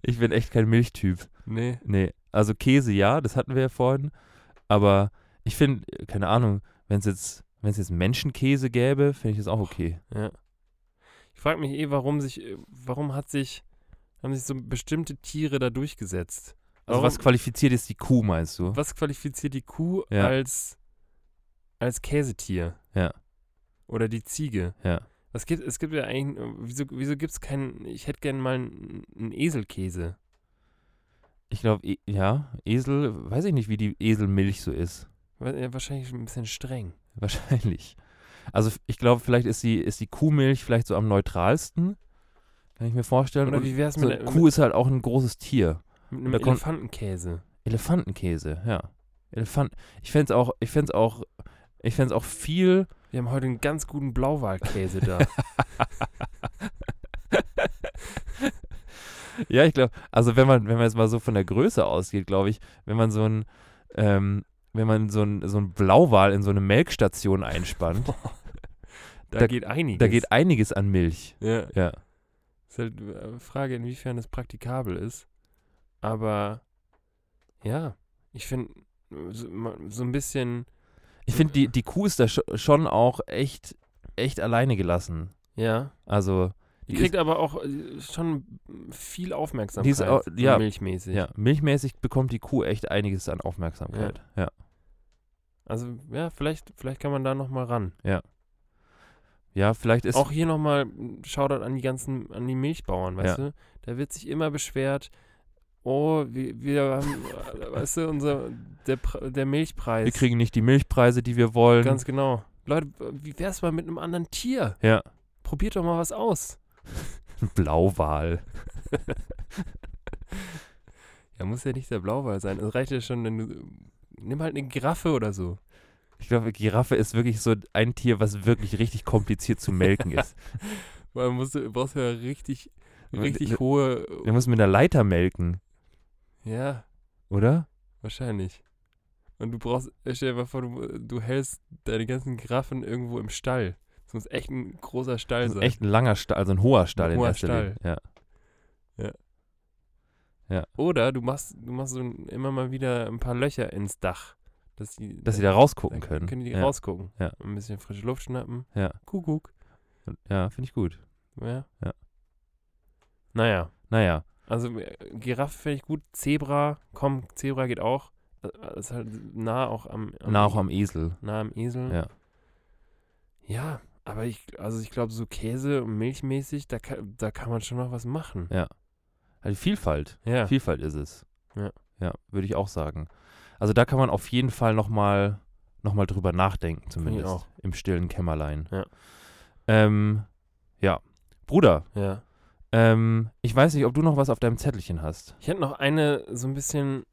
Speaker 2: Ich bin echt kein Milchtyp.
Speaker 3: Nee.
Speaker 2: Nee, also Käse ja, das hatten wir ja vorhin. Aber ich finde, keine Ahnung, wenn es jetzt, wenn es jetzt Menschenkäse gäbe, finde ich das auch okay.
Speaker 3: Ja. Ich frage mich eh, warum sich, äh, warum hat sich, haben sich so bestimmte Tiere da durchgesetzt?
Speaker 2: Also
Speaker 3: Warum-
Speaker 2: was qualifiziert ist die Kuh, meinst du?
Speaker 3: was qualifiziert die Kuh
Speaker 2: Ja.
Speaker 3: als, als Käsetier?
Speaker 2: Ja.
Speaker 3: Oder die Ziege?
Speaker 2: Ja.
Speaker 3: Was gibt, es gibt ja eigentlich, wieso, wieso gibt es keinen, ich hätte gerne mal einen, einen Eselkäse.
Speaker 2: Ich glaube, e ja, Esel, weiß ich nicht, wie die Eselmilch so ist.
Speaker 3: Wa- ja, Wahrscheinlich ein bisschen streng.
Speaker 2: Wahrscheinlich. Also f- ich glaube, vielleicht ist die, ist die Kuhmilch vielleicht so am neutralsten. Kann ich mir vorstellen.
Speaker 3: Oder
Speaker 2: Und
Speaker 3: wie wäre es
Speaker 2: so,
Speaker 3: mit,
Speaker 2: eine
Speaker 3: der-
Speaker 2: Kuh ist halt auch ein großes Tier.
Speaker 3: mit, mit einem
Speaker 2: da kommt-
Speaker 3: Elefantenkäse?
Speaker 2: Elefantenkäse, ja. Elefant. Ich fände es auch, ich fänd's auch, ich fänd's auch viel.
Speaker 3: Wir haben heute einen ganz guten Blauwalkäse da.
Speaker 2: Ja, ich glaube, also wenn man, wenn man jetzt mal so von der Größe ausgeht, glaube ich, wenn man so ein, ähm, wenn man so ein, so ein Blauwal in so eine Melkstation einspannt,
Speaker 3: Da,
Speaker 2: Da-
Speaker 3: geht einiges.
Speaker 2: da geht einiges an Milch.
Speaker 3: ja.
Speaker 2: Ja.
Speaker 3: Ist halt eine Frage, inwiefern das praktikabel ist. Aber ja, ich finde so, ma- so ein bisschen,
Speaker 2: Ich finde, die, die Kuh ist da scho- schon auch echt, echt alleine gelassen.
Speaker 3: ja,
Speaker 2: Also,
Speaker 3: Die
Speaker 2: Die
Speaker 3: kriegt aber auch äh, schon viel Aufmerksamkeit.
Speaker 2: Die ist au-
Speaker 3: so
Speaker 2: ja.
Speaker 3: Milchmäßig.
Speaker 2: ja, milchmäßig bekommt die Kuh echt einiges an Aufmerksamkeit. Ja.
Speaker 3: Also, ja, vielleicht, vielleicht kann man da nochmal ran.
Speaker 2: Ja, vielleicht ist.
Speaker 3: auch hier nochmal Shoutout an die ganzen, an die Milchbauern, weißt du? Da wird sich immer beschwert, oh, wir, wir haben, äh, weißt du, unser, der, Pre- der Milchpreis.
Speaker 2: wir kriegen nicht die Milchpreise, die wir wollen.
Speaker 3: Ganz genau. Leute, wie wär's mal mit einem anderen Tier?
Speaker 2: ja.
Speaker 3: Probiert doch mal was aus.
Speaker 2: Ein Blauwal.
Speaker 3: Ja, muss ja nicht der Blauwal sein. Es reicht ja schon, wenn du. Nimm halt eine Giraffe oder so.
Speaker 2: Ich glaube, Giraffe ist wirklich so ein Tier, was wirklich richtig kompliziert zu melken ist.
Speaker 3: Weil musst du brauchst ja richtig,
Speaker 2: Und
Speaker 3: richtig
Speaker 2: ne-
Speaker 3: hohe.
Speaker 2: Der muss mit einer Leiter melken,
Speaker 3: Ja,
Speaker 2: oder?
Speaker 3: wahrscheinlich. Und du brauchst, äh, stell dir mal vor, du, du hältst deine ganzen Giraffen irgendwo im Stall. Das muss echt ein großer Stall
Speaker 2: Das ist
Speaker 3: sein.
Speaker 2: echt ein langer Stall, also ein hoher Stall
Speaker 3: Ein
Speaker 2: in
Speaker 3: hoher
Speaker 2: erster Linie. Ja.
Speaker 3: Oder du machst, du machst so ein- immer mal wieder ein paar Löcher ins Dach. Dass die,
Speaker 2: Dass sie da rausgucken
Speaker 3: da
Speaker 2: können.
Speaker 3: die
Speaker 2: ja,
Speaker 3: rausgucken.
Speaker 2: Ja.
Speaker 3: Ein bisschen frische Luft schnappen.
Speaker 2: Ja.
Speaker 3: Kuckuck.
Speaker 2: ja finde ich gut.
Speaker 3: Ja.
Speaker 2: Ja.
Speaker 3: Naja.
Speaker 2: Naja,
Speaker 3: Also äh, Giraffe finde ich gut. Zebra, komm, Zebra geht auch. Äh, Ist halt nah auch am, am
Speaker 2: na auch am Esel.
Speaker 3: nah am Esel.
Speaker 2: Ja.
Speaker 3: Ja, aber ich, also ich glaube, so Käse und milchmäßig, da kann, da kann man schon noch was machen.
Speaker 2: Also Vielfalt.
Speaker 3: Ja.
Speaker 2: Vielfalt ist es.
Speaker 3: Ja.
Speaker 2: Ja, würde ich auch sagen. Also da kann man auf jeden Fall nochmal noch mal drüber nachdenken, zumindest.
Speaker 3: auch.
Speaker 2: Im stillen Kämmerlein.
Speaker 3: Ja.
Speaker 2: Ähm, ja. Bruder,
Speaker 3: ja.
Speaker 2: ähm, ich weiß nicht, ob du noch was auf deinem Zettelchen hast.
Speaker 3: Ich hätte noch eine so ein bisschen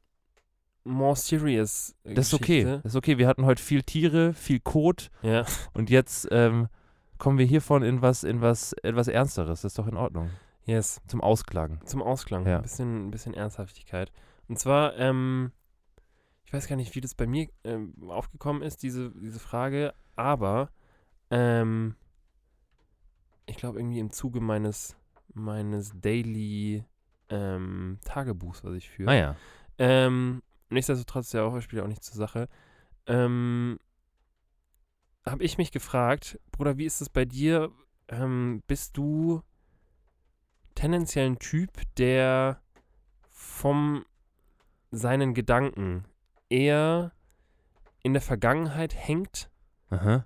Speaker 3: more serious äh,
Speaker 2: Das ist okay.
Speaker 3: Geschichte.
Speaker 2: Das ist okay. Wir hatten heute viel Tiere, viel Kot
Speaker 3: Ja.
Speaker 2: und jetzt ähm, kommen wir hiervon in was, in was, etwas Ernsteres. Das ist doch in Ordnung.
Speaker 3: Yes.
Speaker 2: Zum Ausklang.
Speaker 3: Zum Ausklang.
Speaker 2: Ja.
Speaker 3: Ein bisschen, ein bisschen Ernsthaftigkeit. Und zwar, ähm, ich weiß gar nicht, wie das bei mir ähm, aufgekommen ist, diese, diese Frage, aber ähm, ich glaube irgendwie im Zuge meines, meines Daily ähm, Tagebuchs, was ich führe.
Speaker 2: Naja.
Speaker 3: Ähm, nichtsdestotrotz, der Aufhör spielt auch nicht zur Sache. Ähm, habe ich mich gefragt, Bruder, wie ist es bei dir? Ähm, bist du tendenziell ein Typ, der vom seinen Gedanken eher in der Vergangenheit hängt
Speaker 2: Aha.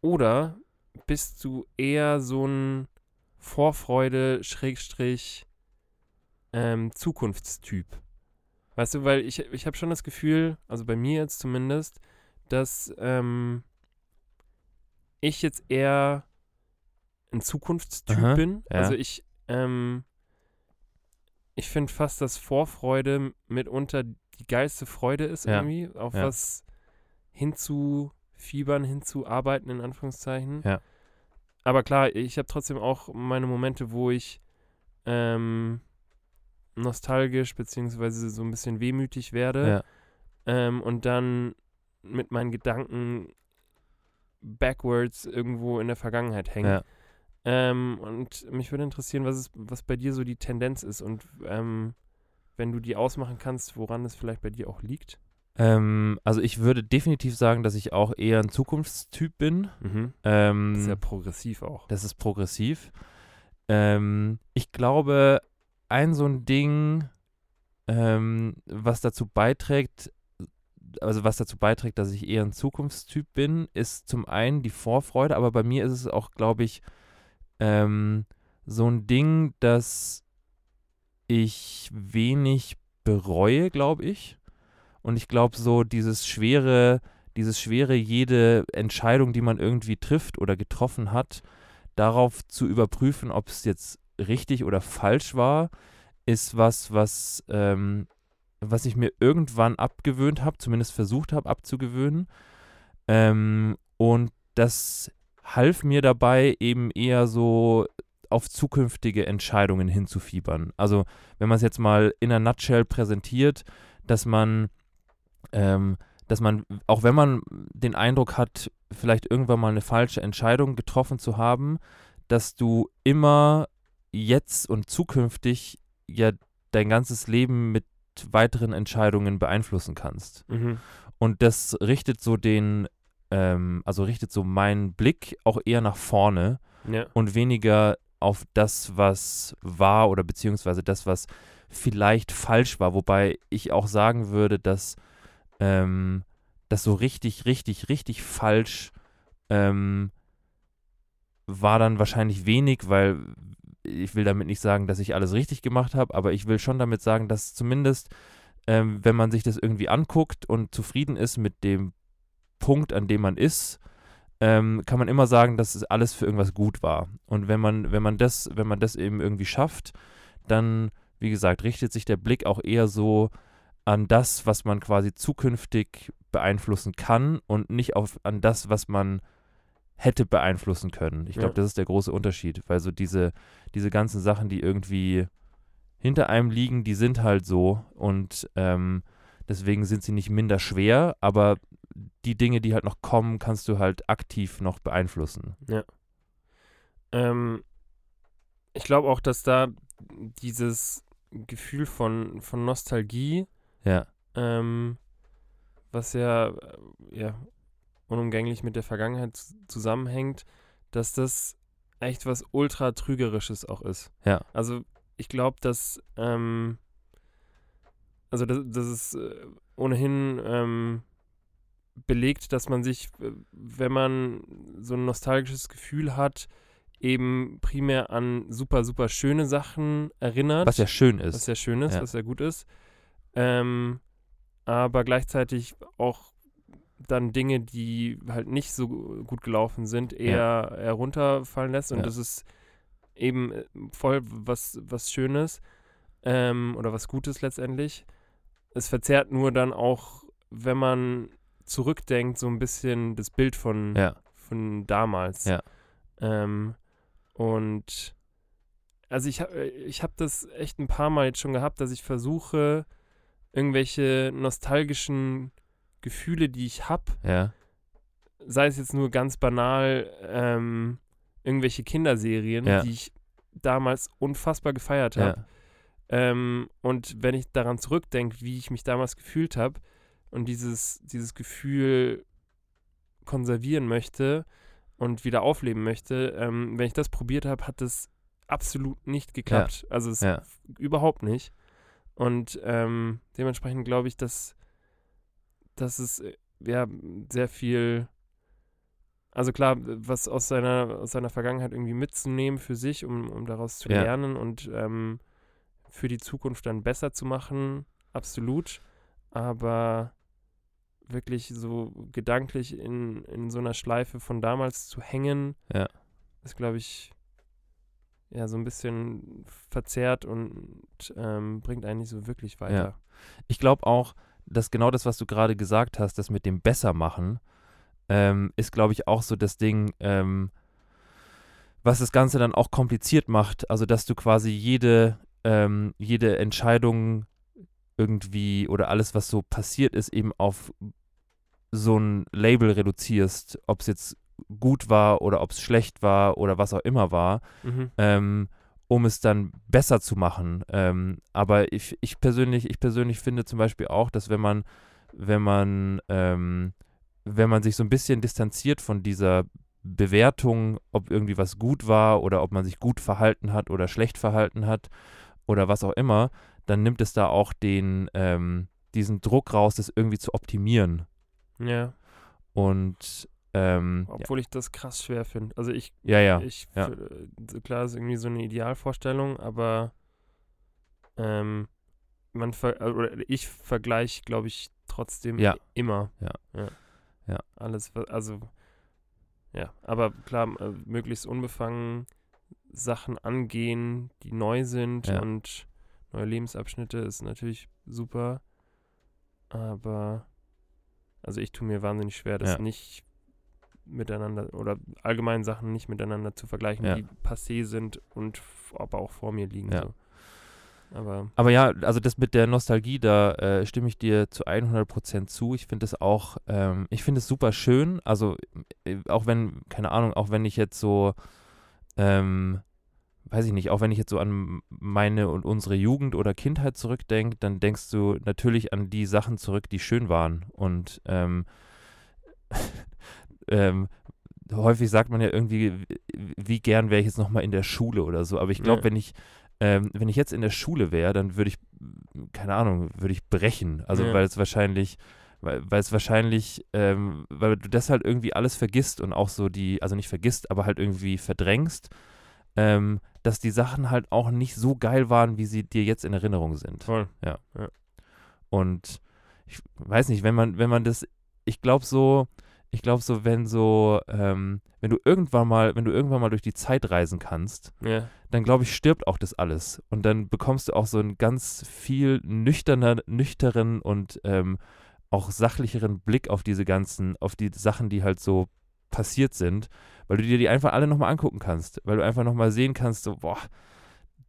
Speaker 3: oder bist du eher so ein Vorfreude, Schrägstrich, ähm, Zukunftstyp? Weißt du, weil ich, ich habe schon das Gefühl, also bei mir jetzt zumindest, dass ähm, ich jetzt eher ein Zukunftstyp
Speaker 2: Aha,
Speaker 3: bin.
Speaker 2: ne? ja.
Speaker 3: Also ich, ähm, ich finde fast, dass Vorfreude mitunter die geilste Freude ist
Speaker 2: Ja,
Speaker 3: irgendwie, auf
Speaker 2: ja.
Speaker 3: was hinzufiebern, hinzuarbeiten, in Anführungszeichen.
Speaker 2: Ja.
Speaker 3: Aber klar, ich habe trotzdem auch meine Momente, wo ich ähm, nostalgisch beziehungsweise so ein bisschen wehmütig werde
Speaker 2: Ja.
Speaker 3: ähm, und dann mit meinen Gedanken backwards irgendwo in der Vergangenheit hänge.
Speaker 2: Ja.
Speaker 3: Ähm, und mich würde interessieren, was, ist, was bei dir so die Tendenz ist und ähm, wenn du die ausmachen kannst, woran es vielleicht bei dir auch liegt.
Speaker 2: Ähm, also ich würde definitiv sagen, dass ich auch eher ein Zukunftstyp bin. Ähm,
Speaker 3: Das ist ja progressiv auch.
Speaker 2: Das ist progressiv. Ähm, ich glaube, ein so ein Ding, ähm, was dazu beiträgt, also was dazu beiträgt, dass ich eher ein Zukunftstyp bin, ist zum einen die Vorfreude, aber bei mir ist es auch, glaube ich, ähm, so ein Ding, dass ich wenig bereue, glaube ich. Und ich glaube, so dieses schwere, dieses schwere, jede Entscheidung, die man irgendwie trifft oder getroffen hat, darauf zu überprüfen, ob es jetzt richtig oder falsch war, ist was, was, ähm, was ich mir irgendwann abgewöhnt habe, zumindest versucht habe abzugewöhnen. Ähm, und das half mir dabei, eben eher so auf zukünftige Entscheidungen hinzufiebern. Also wenn man es jetzt mal in einer Nutshell präsentiert, dass man, ähm, dass man, auch wenn man den Eindruck hat, vielleicht irgendwann mal eine falsche Entscheidung getroffen zu haben, dass du immer jetzt und zukünftig ja dein ganzes Leben mit weiteren Entscheidungen beeinflussen kannst.
Speaker 3: Mhm.
Speaker 2: Und das richtet so den, ähm, also richtet so meinen Blick auch eher nach vorne
Speaker 3: Ja.
Speaker 2: und weniger auf das, was war oder beziehungsweise das, was vielleicht falsch war. Wobei ich auch sagen würde, dass ähm, das so richtig, richtig, richtig falsch ähm, war dann wahrscheinlich wenig, weil ich will damit nicht sagen, dass ich alles richtig gemacht habe, aber ich will schon damit sagen, dass zumindest, ähm, wenn man sich das irgendwie anguckt und zufrieden ist mit dem Punkt, an dem man ist, ähm, kann man immer sagen, dass es alles für irgendwas gut war. Und wenn man, wenn man das, wenn man das eben irgendwie schafft, dann, wie gesagt, richtet sich der Blick auch eher so an das, was man quasi zukünftig beeinflussen kann und nicht auf an das, was man hätte beeinflussen können. Ich glaube,
Speaker 3: Ja.
Speaker 2: das ist der große Unterschied, weil so diese, diese ganzen Sachen, die irgendwie hinter einem liegen, die sind halt so und ähm, deswegen sind sie nicht minder schwer, aber die Dinge, die halt noch kommen, kannst du halt aktiv noch beeinflussen.
Speaker 3: Ähm, ich glaube auch, dass da dieses Gefühl von, von Nostalgie,
Speaker 2: Ja,
Speaker 3: ähm, was ja, äh, ja unumgänglich mit der Vergangenheit z- zusammenhängt, dass das echt was ultra trügerisches auch ist.
Speaker 2: Ja.
Speaker 3: Also ich glaube, dass ähm, also das, das ist äh, ohnehin ähm, belegt, dass man sich, äh, wenn man so ein nostalgisches Gefühl hat, eben primär an super, super schöne Sachen erinnert
Speaker 2: was ja schön
Speaker 3: was
Speaker 2: ist.
Speaker 3: sehr schön ist,
Speaker 2: Ja.
Speaker 3: was sehr gut ist. Ähm, aber gleichzeitig auch dann Dinge, die halt nicht so gu- gut gelaufen sind, eher herunterfallen lässt. Und
Speaker 2: Ja.
Speaker 3: das ist eben äh, voll was, was Schönes ähm, oder was Gutes letztendlich. Es verzerrt nur dann auch, wenn man zurückdenkt, so ein bisschen das Bild von,
Speaker 2: Ja,
Speaker 3: von damals.
Speaker 2: Ja.
Speaker 3: Ähm, und also ich habe ich hab das echt ein paar Mal jetzt schon gehabt, dass ich versuche, irgendwelche nostalgischen Gefühle, die ich habe,
Speaker 2: ja,
Speaker 3: sei es jetzt nur ganz banal, ähm, irgendwelche Kinderserien,
Speaker 2: Ja.
Speaker 3: die ich damals unfassbar gefeiert habe.
Speaker 2: ja,
Speaker 3: Ähm, und wenn ich daran zurückdenke, wie ich mich damals gefühlt habe und dieses, dieses Gefühl konservieren möchte und wieder aufleben möchte, ähm, wenn ich das probiert habe, hat das absolut nicht geklappt. Also es
Speaker 2: ja.
Speaker 3: überhaupt nicht. Und ähm, dementsprechend glaube ich, dass, dass es äh, ja sehr viel, also klar, was aus seiner, aus seiner Vergangenheit irgendwie mitzunehmen für sich, um, um daraus zu
Speaker 2: Ja.
Speaker 3: lernen und ähm, für die Zukunft dann besser zu machen, absolut. Aber wirklich so gedanklich in, in so einer Schleife von damals zu hängen,
Speaker 2: Ja.
Speaker 3: ist, glaube ich, ja, so ein bisschen verzerrt und ähm, bringt eigentlich so wirklich weiter.
Speaker 2: Ich glaube auch, dass genau das, was du gerade gesagt hast, das mit dem Bessermachen, ähm, ist, glaube ich, auch so das Ding, ähm, was das Ganze dann auch kompliziert macht. Also, dass du quasi jede, ähm, jede Entscheidung irgendwie oder alles, was so passiert ist, eben auf so ein Label reduzierst, ob es jetzt gut war oder ob es schlecht war oder was auch immer war
Speaker 3: Mhm.
Speaker 2: ähm, um es dann besser zu machen. Ähm, aber ich, ich persönlich, ich persönlich finde zum Beispiel auch, dass wenn man, wenn man, ähm, wenn man sich so ein bisschen distanziert von dieser Bewertung, ob irgendwie was gut war oder ob man sich gut verhalten hat oder schlecht verhalten hat oder was auch immer, dann nimmt es da auch den, ähm, diesen Druck raus, das irgendwie zu optimieren.
Speaker 3: Ja,
Speaker 2: Und ähm,
Speaker 3: obwohl ich das krass schwer finde. Also ich,
Speaker 2: ja, ja,
Speaker 3: ich
Speaker 2: ja.
Speaker 3: äh, klar ist irgendwie so eine Idealvorstellung, aber ähm, man ver äh, oder ich vergleiche, glaube ich, trotzdem
Speaker 2: Ja.
Speaker 3: i- immer.
Speaker 2: Ja.
Speaker 3: ja.
Speaker 2: Ja.
Speaker 3: Alles, wa- also ja, aber klar, m- äh, möglichst unbefangen Sachen angehen, die neu sind
Speaker 2: Ja.
Speaker 3: und neue Lebensabschnitte ist natürlich super. Aber also ich tue mir wahnsinnig schwer, das
Speaker 2: Ja.
Speaker 3: nicht miteinander oder allgemein Sachen nicht miteinander zu vergleichen,
Speaker 2: Ja.
Speaker 3: die passé sind und f- aber auch vor mir liegen.
Speaker 2: Ja.
Speaker 3: So. Aber
Speaker 2: Aber ja, also das mit der Nostalgie, da äh, stimme ich dir zu 100% zu. Ich finde es auch, ähm, ich finde es super schön. Also äh, auch wenn, keine Ahnung, auch wenn ich jetzt so, ähm, weiß ich nicht, auch wenn ich jetzt so an meine und unsere Jugend oder Kindheit zurückdenke, dann denkst du natürlich an die Sachen zurück, die schön waren. Und ähm, ähm, häufig sagt man ja irgendwie, wie- wie gern wäre ich jetzt nochmal in der Schule oder so. Aber ich glaube,
Speaker 3: Ja.
Speaker 2: wenn ich ähm, wenn ich jetzt in der Schule wäre, dann würde ich, keine Ahnung, würde ich brechen. Also
Speaker 3: Ja.
Speaker 2: weil es wahrscheinlich, weil, weil es wahrscheinlich, ähm, weil du das halt irgendwie alles vergisst und auch so die, also nicht vergisst, aber halt irgendwie verdrängst, ähm, dass die Sachen halt auch nicht so geil waren, wie sie dir jetzt in Erinnerung sind.
Speaker 3: toll.
Speaker 2: Und ich weiß nicht, wenn man, wenn man das, ich glaube so, ich glaube so, wenn so, ähm, wenn du irgendwann mal, wenn du irgendwann mal durch die Zeit reisen kannst,
Speaker 3: Ja.
Speaker 2: dann glaube ich, stirbt auch das alles. Und dann bekommst du auch so einen ganz viel nüchterner, nüchteren und ähm, auch sachlicheren Blick auf diese ganzen, auf die Sachen, die halt so passiert sind, weil du dir die einfach alle nochmal angucken kannst, weil du einfach nochmal sehen kannst, so, boah,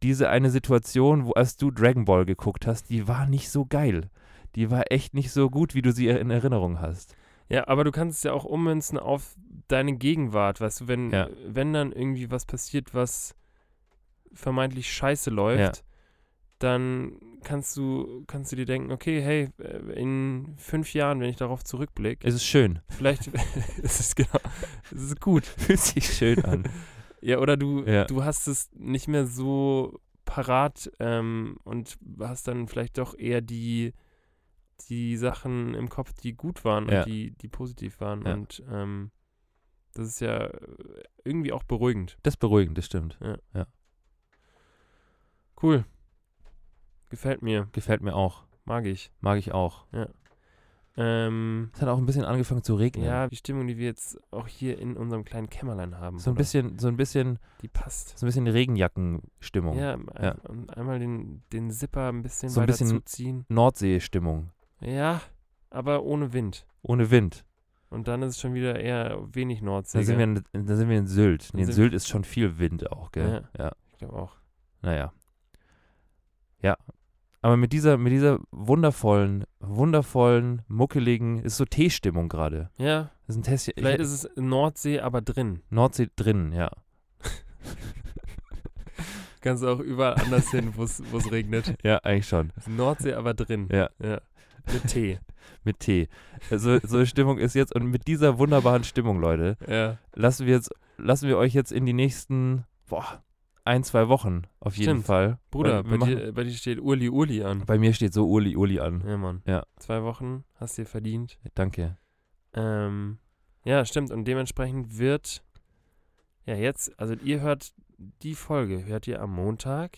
Speaker 2: diese eine Situation, wo als du Dragon Ball geguckt hast, die war nicht so geil. Die war echt nicht so gut, wie du sie in Erinnerung hast.
Speaker 3: Ja, aber du kannst es ja auch ummünzen auf deine Gegenwart, weißt du, wenn,
Speaker 2: Ja.
Speaker 3: wenn dann irgendwie was passiert, was vermeintlich scheiße läuft, dann kannst du, kannst du dir denken, okay, hey, äh, in fünf Jahren, wenn ich darauf zurückblicke,
Speaker 2: Es ist schön.
Speaker 3: vielleicht ist es genau, es ist gut.
Speaker 2: Fühlt sich schön an.
Speaker 3: Ja, oder du,
Speaker 2: Ja.
Speaker 3: du hast es nicht mehr so parat ähm, und hast dann vielleicht doch eher die, die Sachen im Kopf, die gut waren
Speaker 2: Ja.
Speaker 3: und die, die positiv waren.
Speaker 2: Ja.
Speaker 3: Und ähm, das ist ja äh, irgendwie auch beruhigend.
Speaker 2: Das ist beruhigend, das stimmt.
Speaker 3: Cool. Gefällt mir.
Speaker 2: Gefällt mir auch.
Speaker 3: Mag ich.
Speaker 2: Mag ich auch.
Speaker 3: Ähm,
Speaker 2: Es hat auch ein bisschen angefangen zu regnen.
Speaker 3: ja, die Stimmung, die wir jetzt auch hier in unserem kleinen Kämmerlein haben,
Speaker 2: So ein
Speaker 3: Bruder,
Speaker 2: bisschen, so ein bisschen,
Speaker 3: die passt.
Speaker 2: so ein bisschen Regenjackenstimmung.
Speaker 3: Ja, ein,
Speaker 2: Ja.
Speaker 3: einmal den, den Zipper ein bisschen
Speaker 2: So ein
Speaker 3: weiter
Speaker 2: bisschen-
Speaker 3: zuziehen.
Speaker 2: Nordsee-Stimmung.
Speaker 3: Ja, aber ohne Wind.
Speaker 2: Ohne Wind.
Speaker 3: Und dann ist es schon wieder eher wenig Nordsee.
Speaker 2: Da sind, wir
Speaker 3: gell?
Speaker 2: in, da sind wir in Sylt.
Speaker 3: Dann
Speaker 2: Nee, in
Speaker 3: sind-
Speaker 2: Sylt ist schon viel Wind auch, gell? Ja.
Speaker 3: ich glaube auch.
Speaker 2: Naja. Ja. Aber mit dieser, mit dieser wundervollen, wundervollen, muckeligen, ist so Teestimmung gerade.
Speaker 3: Ja,
Speaker 2: Das ist ein Test. Ich,
Speaker 3: vielleicht ist es Nordsee, aber drin.
Speaker 2: Nordsee drin, ja.
Speaker 3: Kannst du auch überall anders hin, wo es regnet.
Speaker 2: Ja, eigentlich schon.
Speaker 3: Nordsee, aber drin.
Speaker 2: Ja.
Speaker 3: Mit Tee.
Speaker 2: Mit Tee. So, so eine Stimmung ist jetzt. Und mit dieser wunderbaren Stimmung, Leute,
Speaker 3: Ja.
Speaker 2: lassen wir jetzt, lassen wir euch jetzt in die nächsten boah, ein, zwei Wochen auf jeden
Speaker 3: Stimmt.
Speaker 2: Fall. Weil
Speaker 3: Bruder,
Speaker 2: wir
Speaker 3: bei
Speaker 2: machen,
Speaker 3: dir, bei dir steht Urli Urli an.
Speaker 2: bei mir steht so Uli Uli an.
Speaker 3: Ja, Mann.
Speaker 2: Ja.
Speaker 3: Zwei Wochen hast dir verdient.
Speaker 2: Danke.
Speaker 3: Ähm, ja, stimmt. Und dementsprechend wird. Ja, jetzt, also ihr hört die Folge, hört ihr am Montag.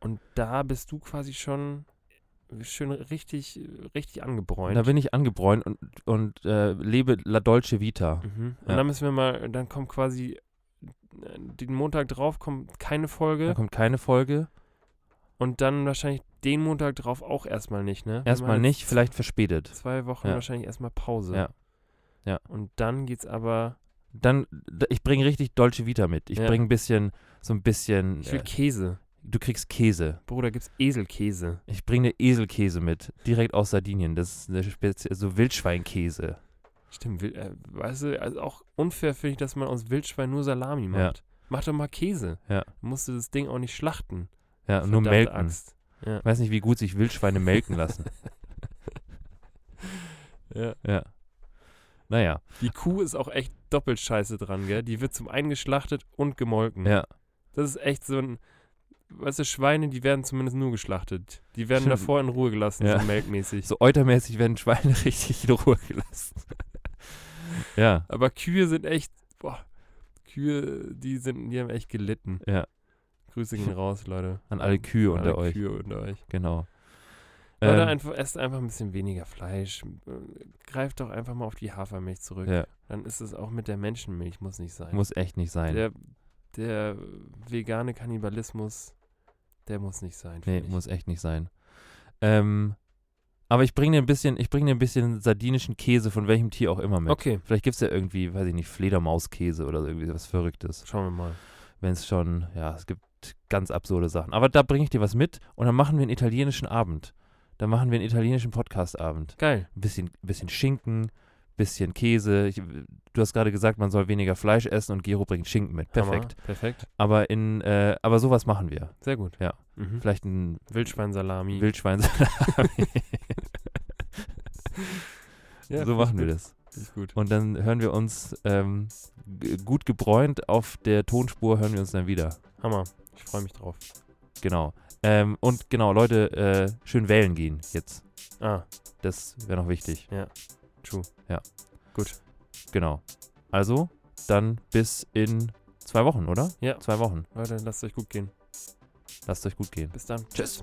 Speaker 3: Und da bist du quasi schon schön richtig, richtig angebräunt.
Speaker 2: Da bin ich angebräunt und, und äh, lebe La Dolce Vita.
Speaker 3: Mhm. Und
Speaker 2: Ja.
Speaker 3: dann müssen wir mal, dann kommt quasi äh, den Montag drauf kommt keine
Speaker 2: Da
Speaker 3: Folge
Speaker 2: kommt keine Folge.
Speaker 3: und dann wahrscheinlich den Montag drauf auch erstmal nicht, ne? Wir
Speaker 2: Erstmal
Speaker 3: machen jetzt
Speaker 2: nicht, vielleicht verspätet.
Speaker 3: Zwei Wochen
Speaker 2: Ja.
Speaker 3: wahrscheinlich erstmal Pause.
Speaker 2: Ja. Ja.
Speaker 3: Und dann geht's aber,
Speaker 2: Dann, d- ich bringe richtig Dolce Vita mit. Ich
Speaker 3: Ja.
Speaker 2: bringe ein bisschen, so ein bisschen,
Speaker 3: ich will
Speaker 2: äh,
Speaker 3: Käse.
Speaker 2: du kriegst Käse.
Speaker 3: Bruder, gibt's Eselkäse.
Speaker 2: Ich bringe eine Eselkäse mit, direkt aus Sardinien. Das ist eine spezielle, so Wildschweinkäse.
Speaker 3: Stimmt, Wild, äh, weißt du, also auch unfair finde ich, dass man aus Wildschwein nur Salami
Speaker 2: Ja.
Speaker 3: macht. Mach doch mal Käse.
Speaker 2: Ja.
Speaker 3: Du musst du das Ding auch nicht schlachten.
Speaker 2: Ja, nur
Speaker 3: Verdammte
Speaker 2: melken.
Speaker 3: Axt.
Speaker 2: Ich weiß nicht, wie gut sich Wildschweine melken lassen.
Speaker 3: Ja.
Speaker 2: Ja. Naja,
Speaker 3: Die Kuh ist auch echt doppelt scheiße dran, gell? Die wird zum einen geschlachtet und gemolken.
Speaker 2: ja.
Speaker 3: Das ist echt so ein. Weißt du, Schweine, die werden zumindest nur geschlachtet. Die werden
Speaker 2: Stimmt.
Speaker 3: davor in Ruhe gelassen,
Speaker 2: Ja.
Speaker 3: so melkmäßig.
Speaker 2: So eutermäßig werden Schweine richtig in Ruhe gelassen. ja,
Speaker 3: Aber Kühe sind echt. Boah, Kühe, die sind, die haben echt gelitten.
Speaker 2: Ja.
Speaker 3: Grüße gehen raus, Leute.
Speaker 2: an alle Kühe
Speaker 3: Hm. An
Speaker 2: unter
Speaker 3: alle
Speaker 2: euch.
Speaker 3: Kühe unter euch.
Speaker 2: Genau.
Speaker 3: Leute,
Speaker 2: Ähm,
Speaker 3: einfach, esst einfach ein bisschen weniger Fleisch. Äh, Greift doch einfach mal auf die Hafermilch zurück.
Speaker 2: ja,
Speaker 3: Dann ist es auch mit der Menschenmilch, muss nicht sein.
Speaker 2: muss echt nicht sein.
Speaker 3: Der, der vegane Kannibalismus, der muss nicht sein.
Speaker 2: nee,
Speaker 3: finde ich.
Speaker 2: muss echt nicht sein. Ähm, aber ich bringe dir ein bisschen, ich bringe dir ein bisschen sardinischen Käse von welchem Tier auch immer mit.
Speaker 3: Okay,
Speaker 2: Vielleicht gibt es ja irgendwie, weiß ich nicht, Fledermauskäse oder irgendwie was Verrücktes.
Speaker 3: schauen wir mal.
Speaker 2: Wenn es schon, ja, es gibt ganz absurde Sachen. Aber da bringe ich dir was mit und dann machen wir einen italienischen Abend. Dann machen wir einen italienischen Podcast-Abend.
Speaker 3: Geil.
Speaker 2: ein bisschen, bisschen Schinken, bisschen Käse. Ich, du hast gerade gesagt, man soll weniger Fleisch essen und Gero bringt Schinken mit. Perfekt.
Speaker 3: Hammer. Perfekt.
Speaker 2: Aber in, äh, aber sowas machen wir.
Speaker 3: Sehr gut.
Speaker 2: Ja.
Speaker 3: Mhm.
Speaker 2: Vielleicht ein
Speaker 3: Wildschweinsalami.
Speaker 2: Wildschwein.
Speaker 3: Ja,
Speaker 2: so machen wir das.
Speaker 3: Ist gut.
Speaker 2: Und dann hören wir uns ähm, g- gut gebräunt auf der Tonspur hören wir uns dann wieder.
Speaker 3: Hammer. Ich freue mich drauf.
Speaker 2: Genau. Ähm, und genau, Leute, äh, schön wählen gehen jetzt.
Speaker 3: Ah,
Speaker 2: Das wäre noch wichtig.
Speaker 3: true.
Speaker 2: Genau. Also, dann bis in zwei Wochen, oder?
Speaker 3: Ja.
Speaker 2: Zwei Wochen.
Speaker 3: Leute, lasst euch gut gehen.
Speaker 2: Lasst euch gut gehen.
Speaker 3: Bis dann.
Speaker 4: Tschüss.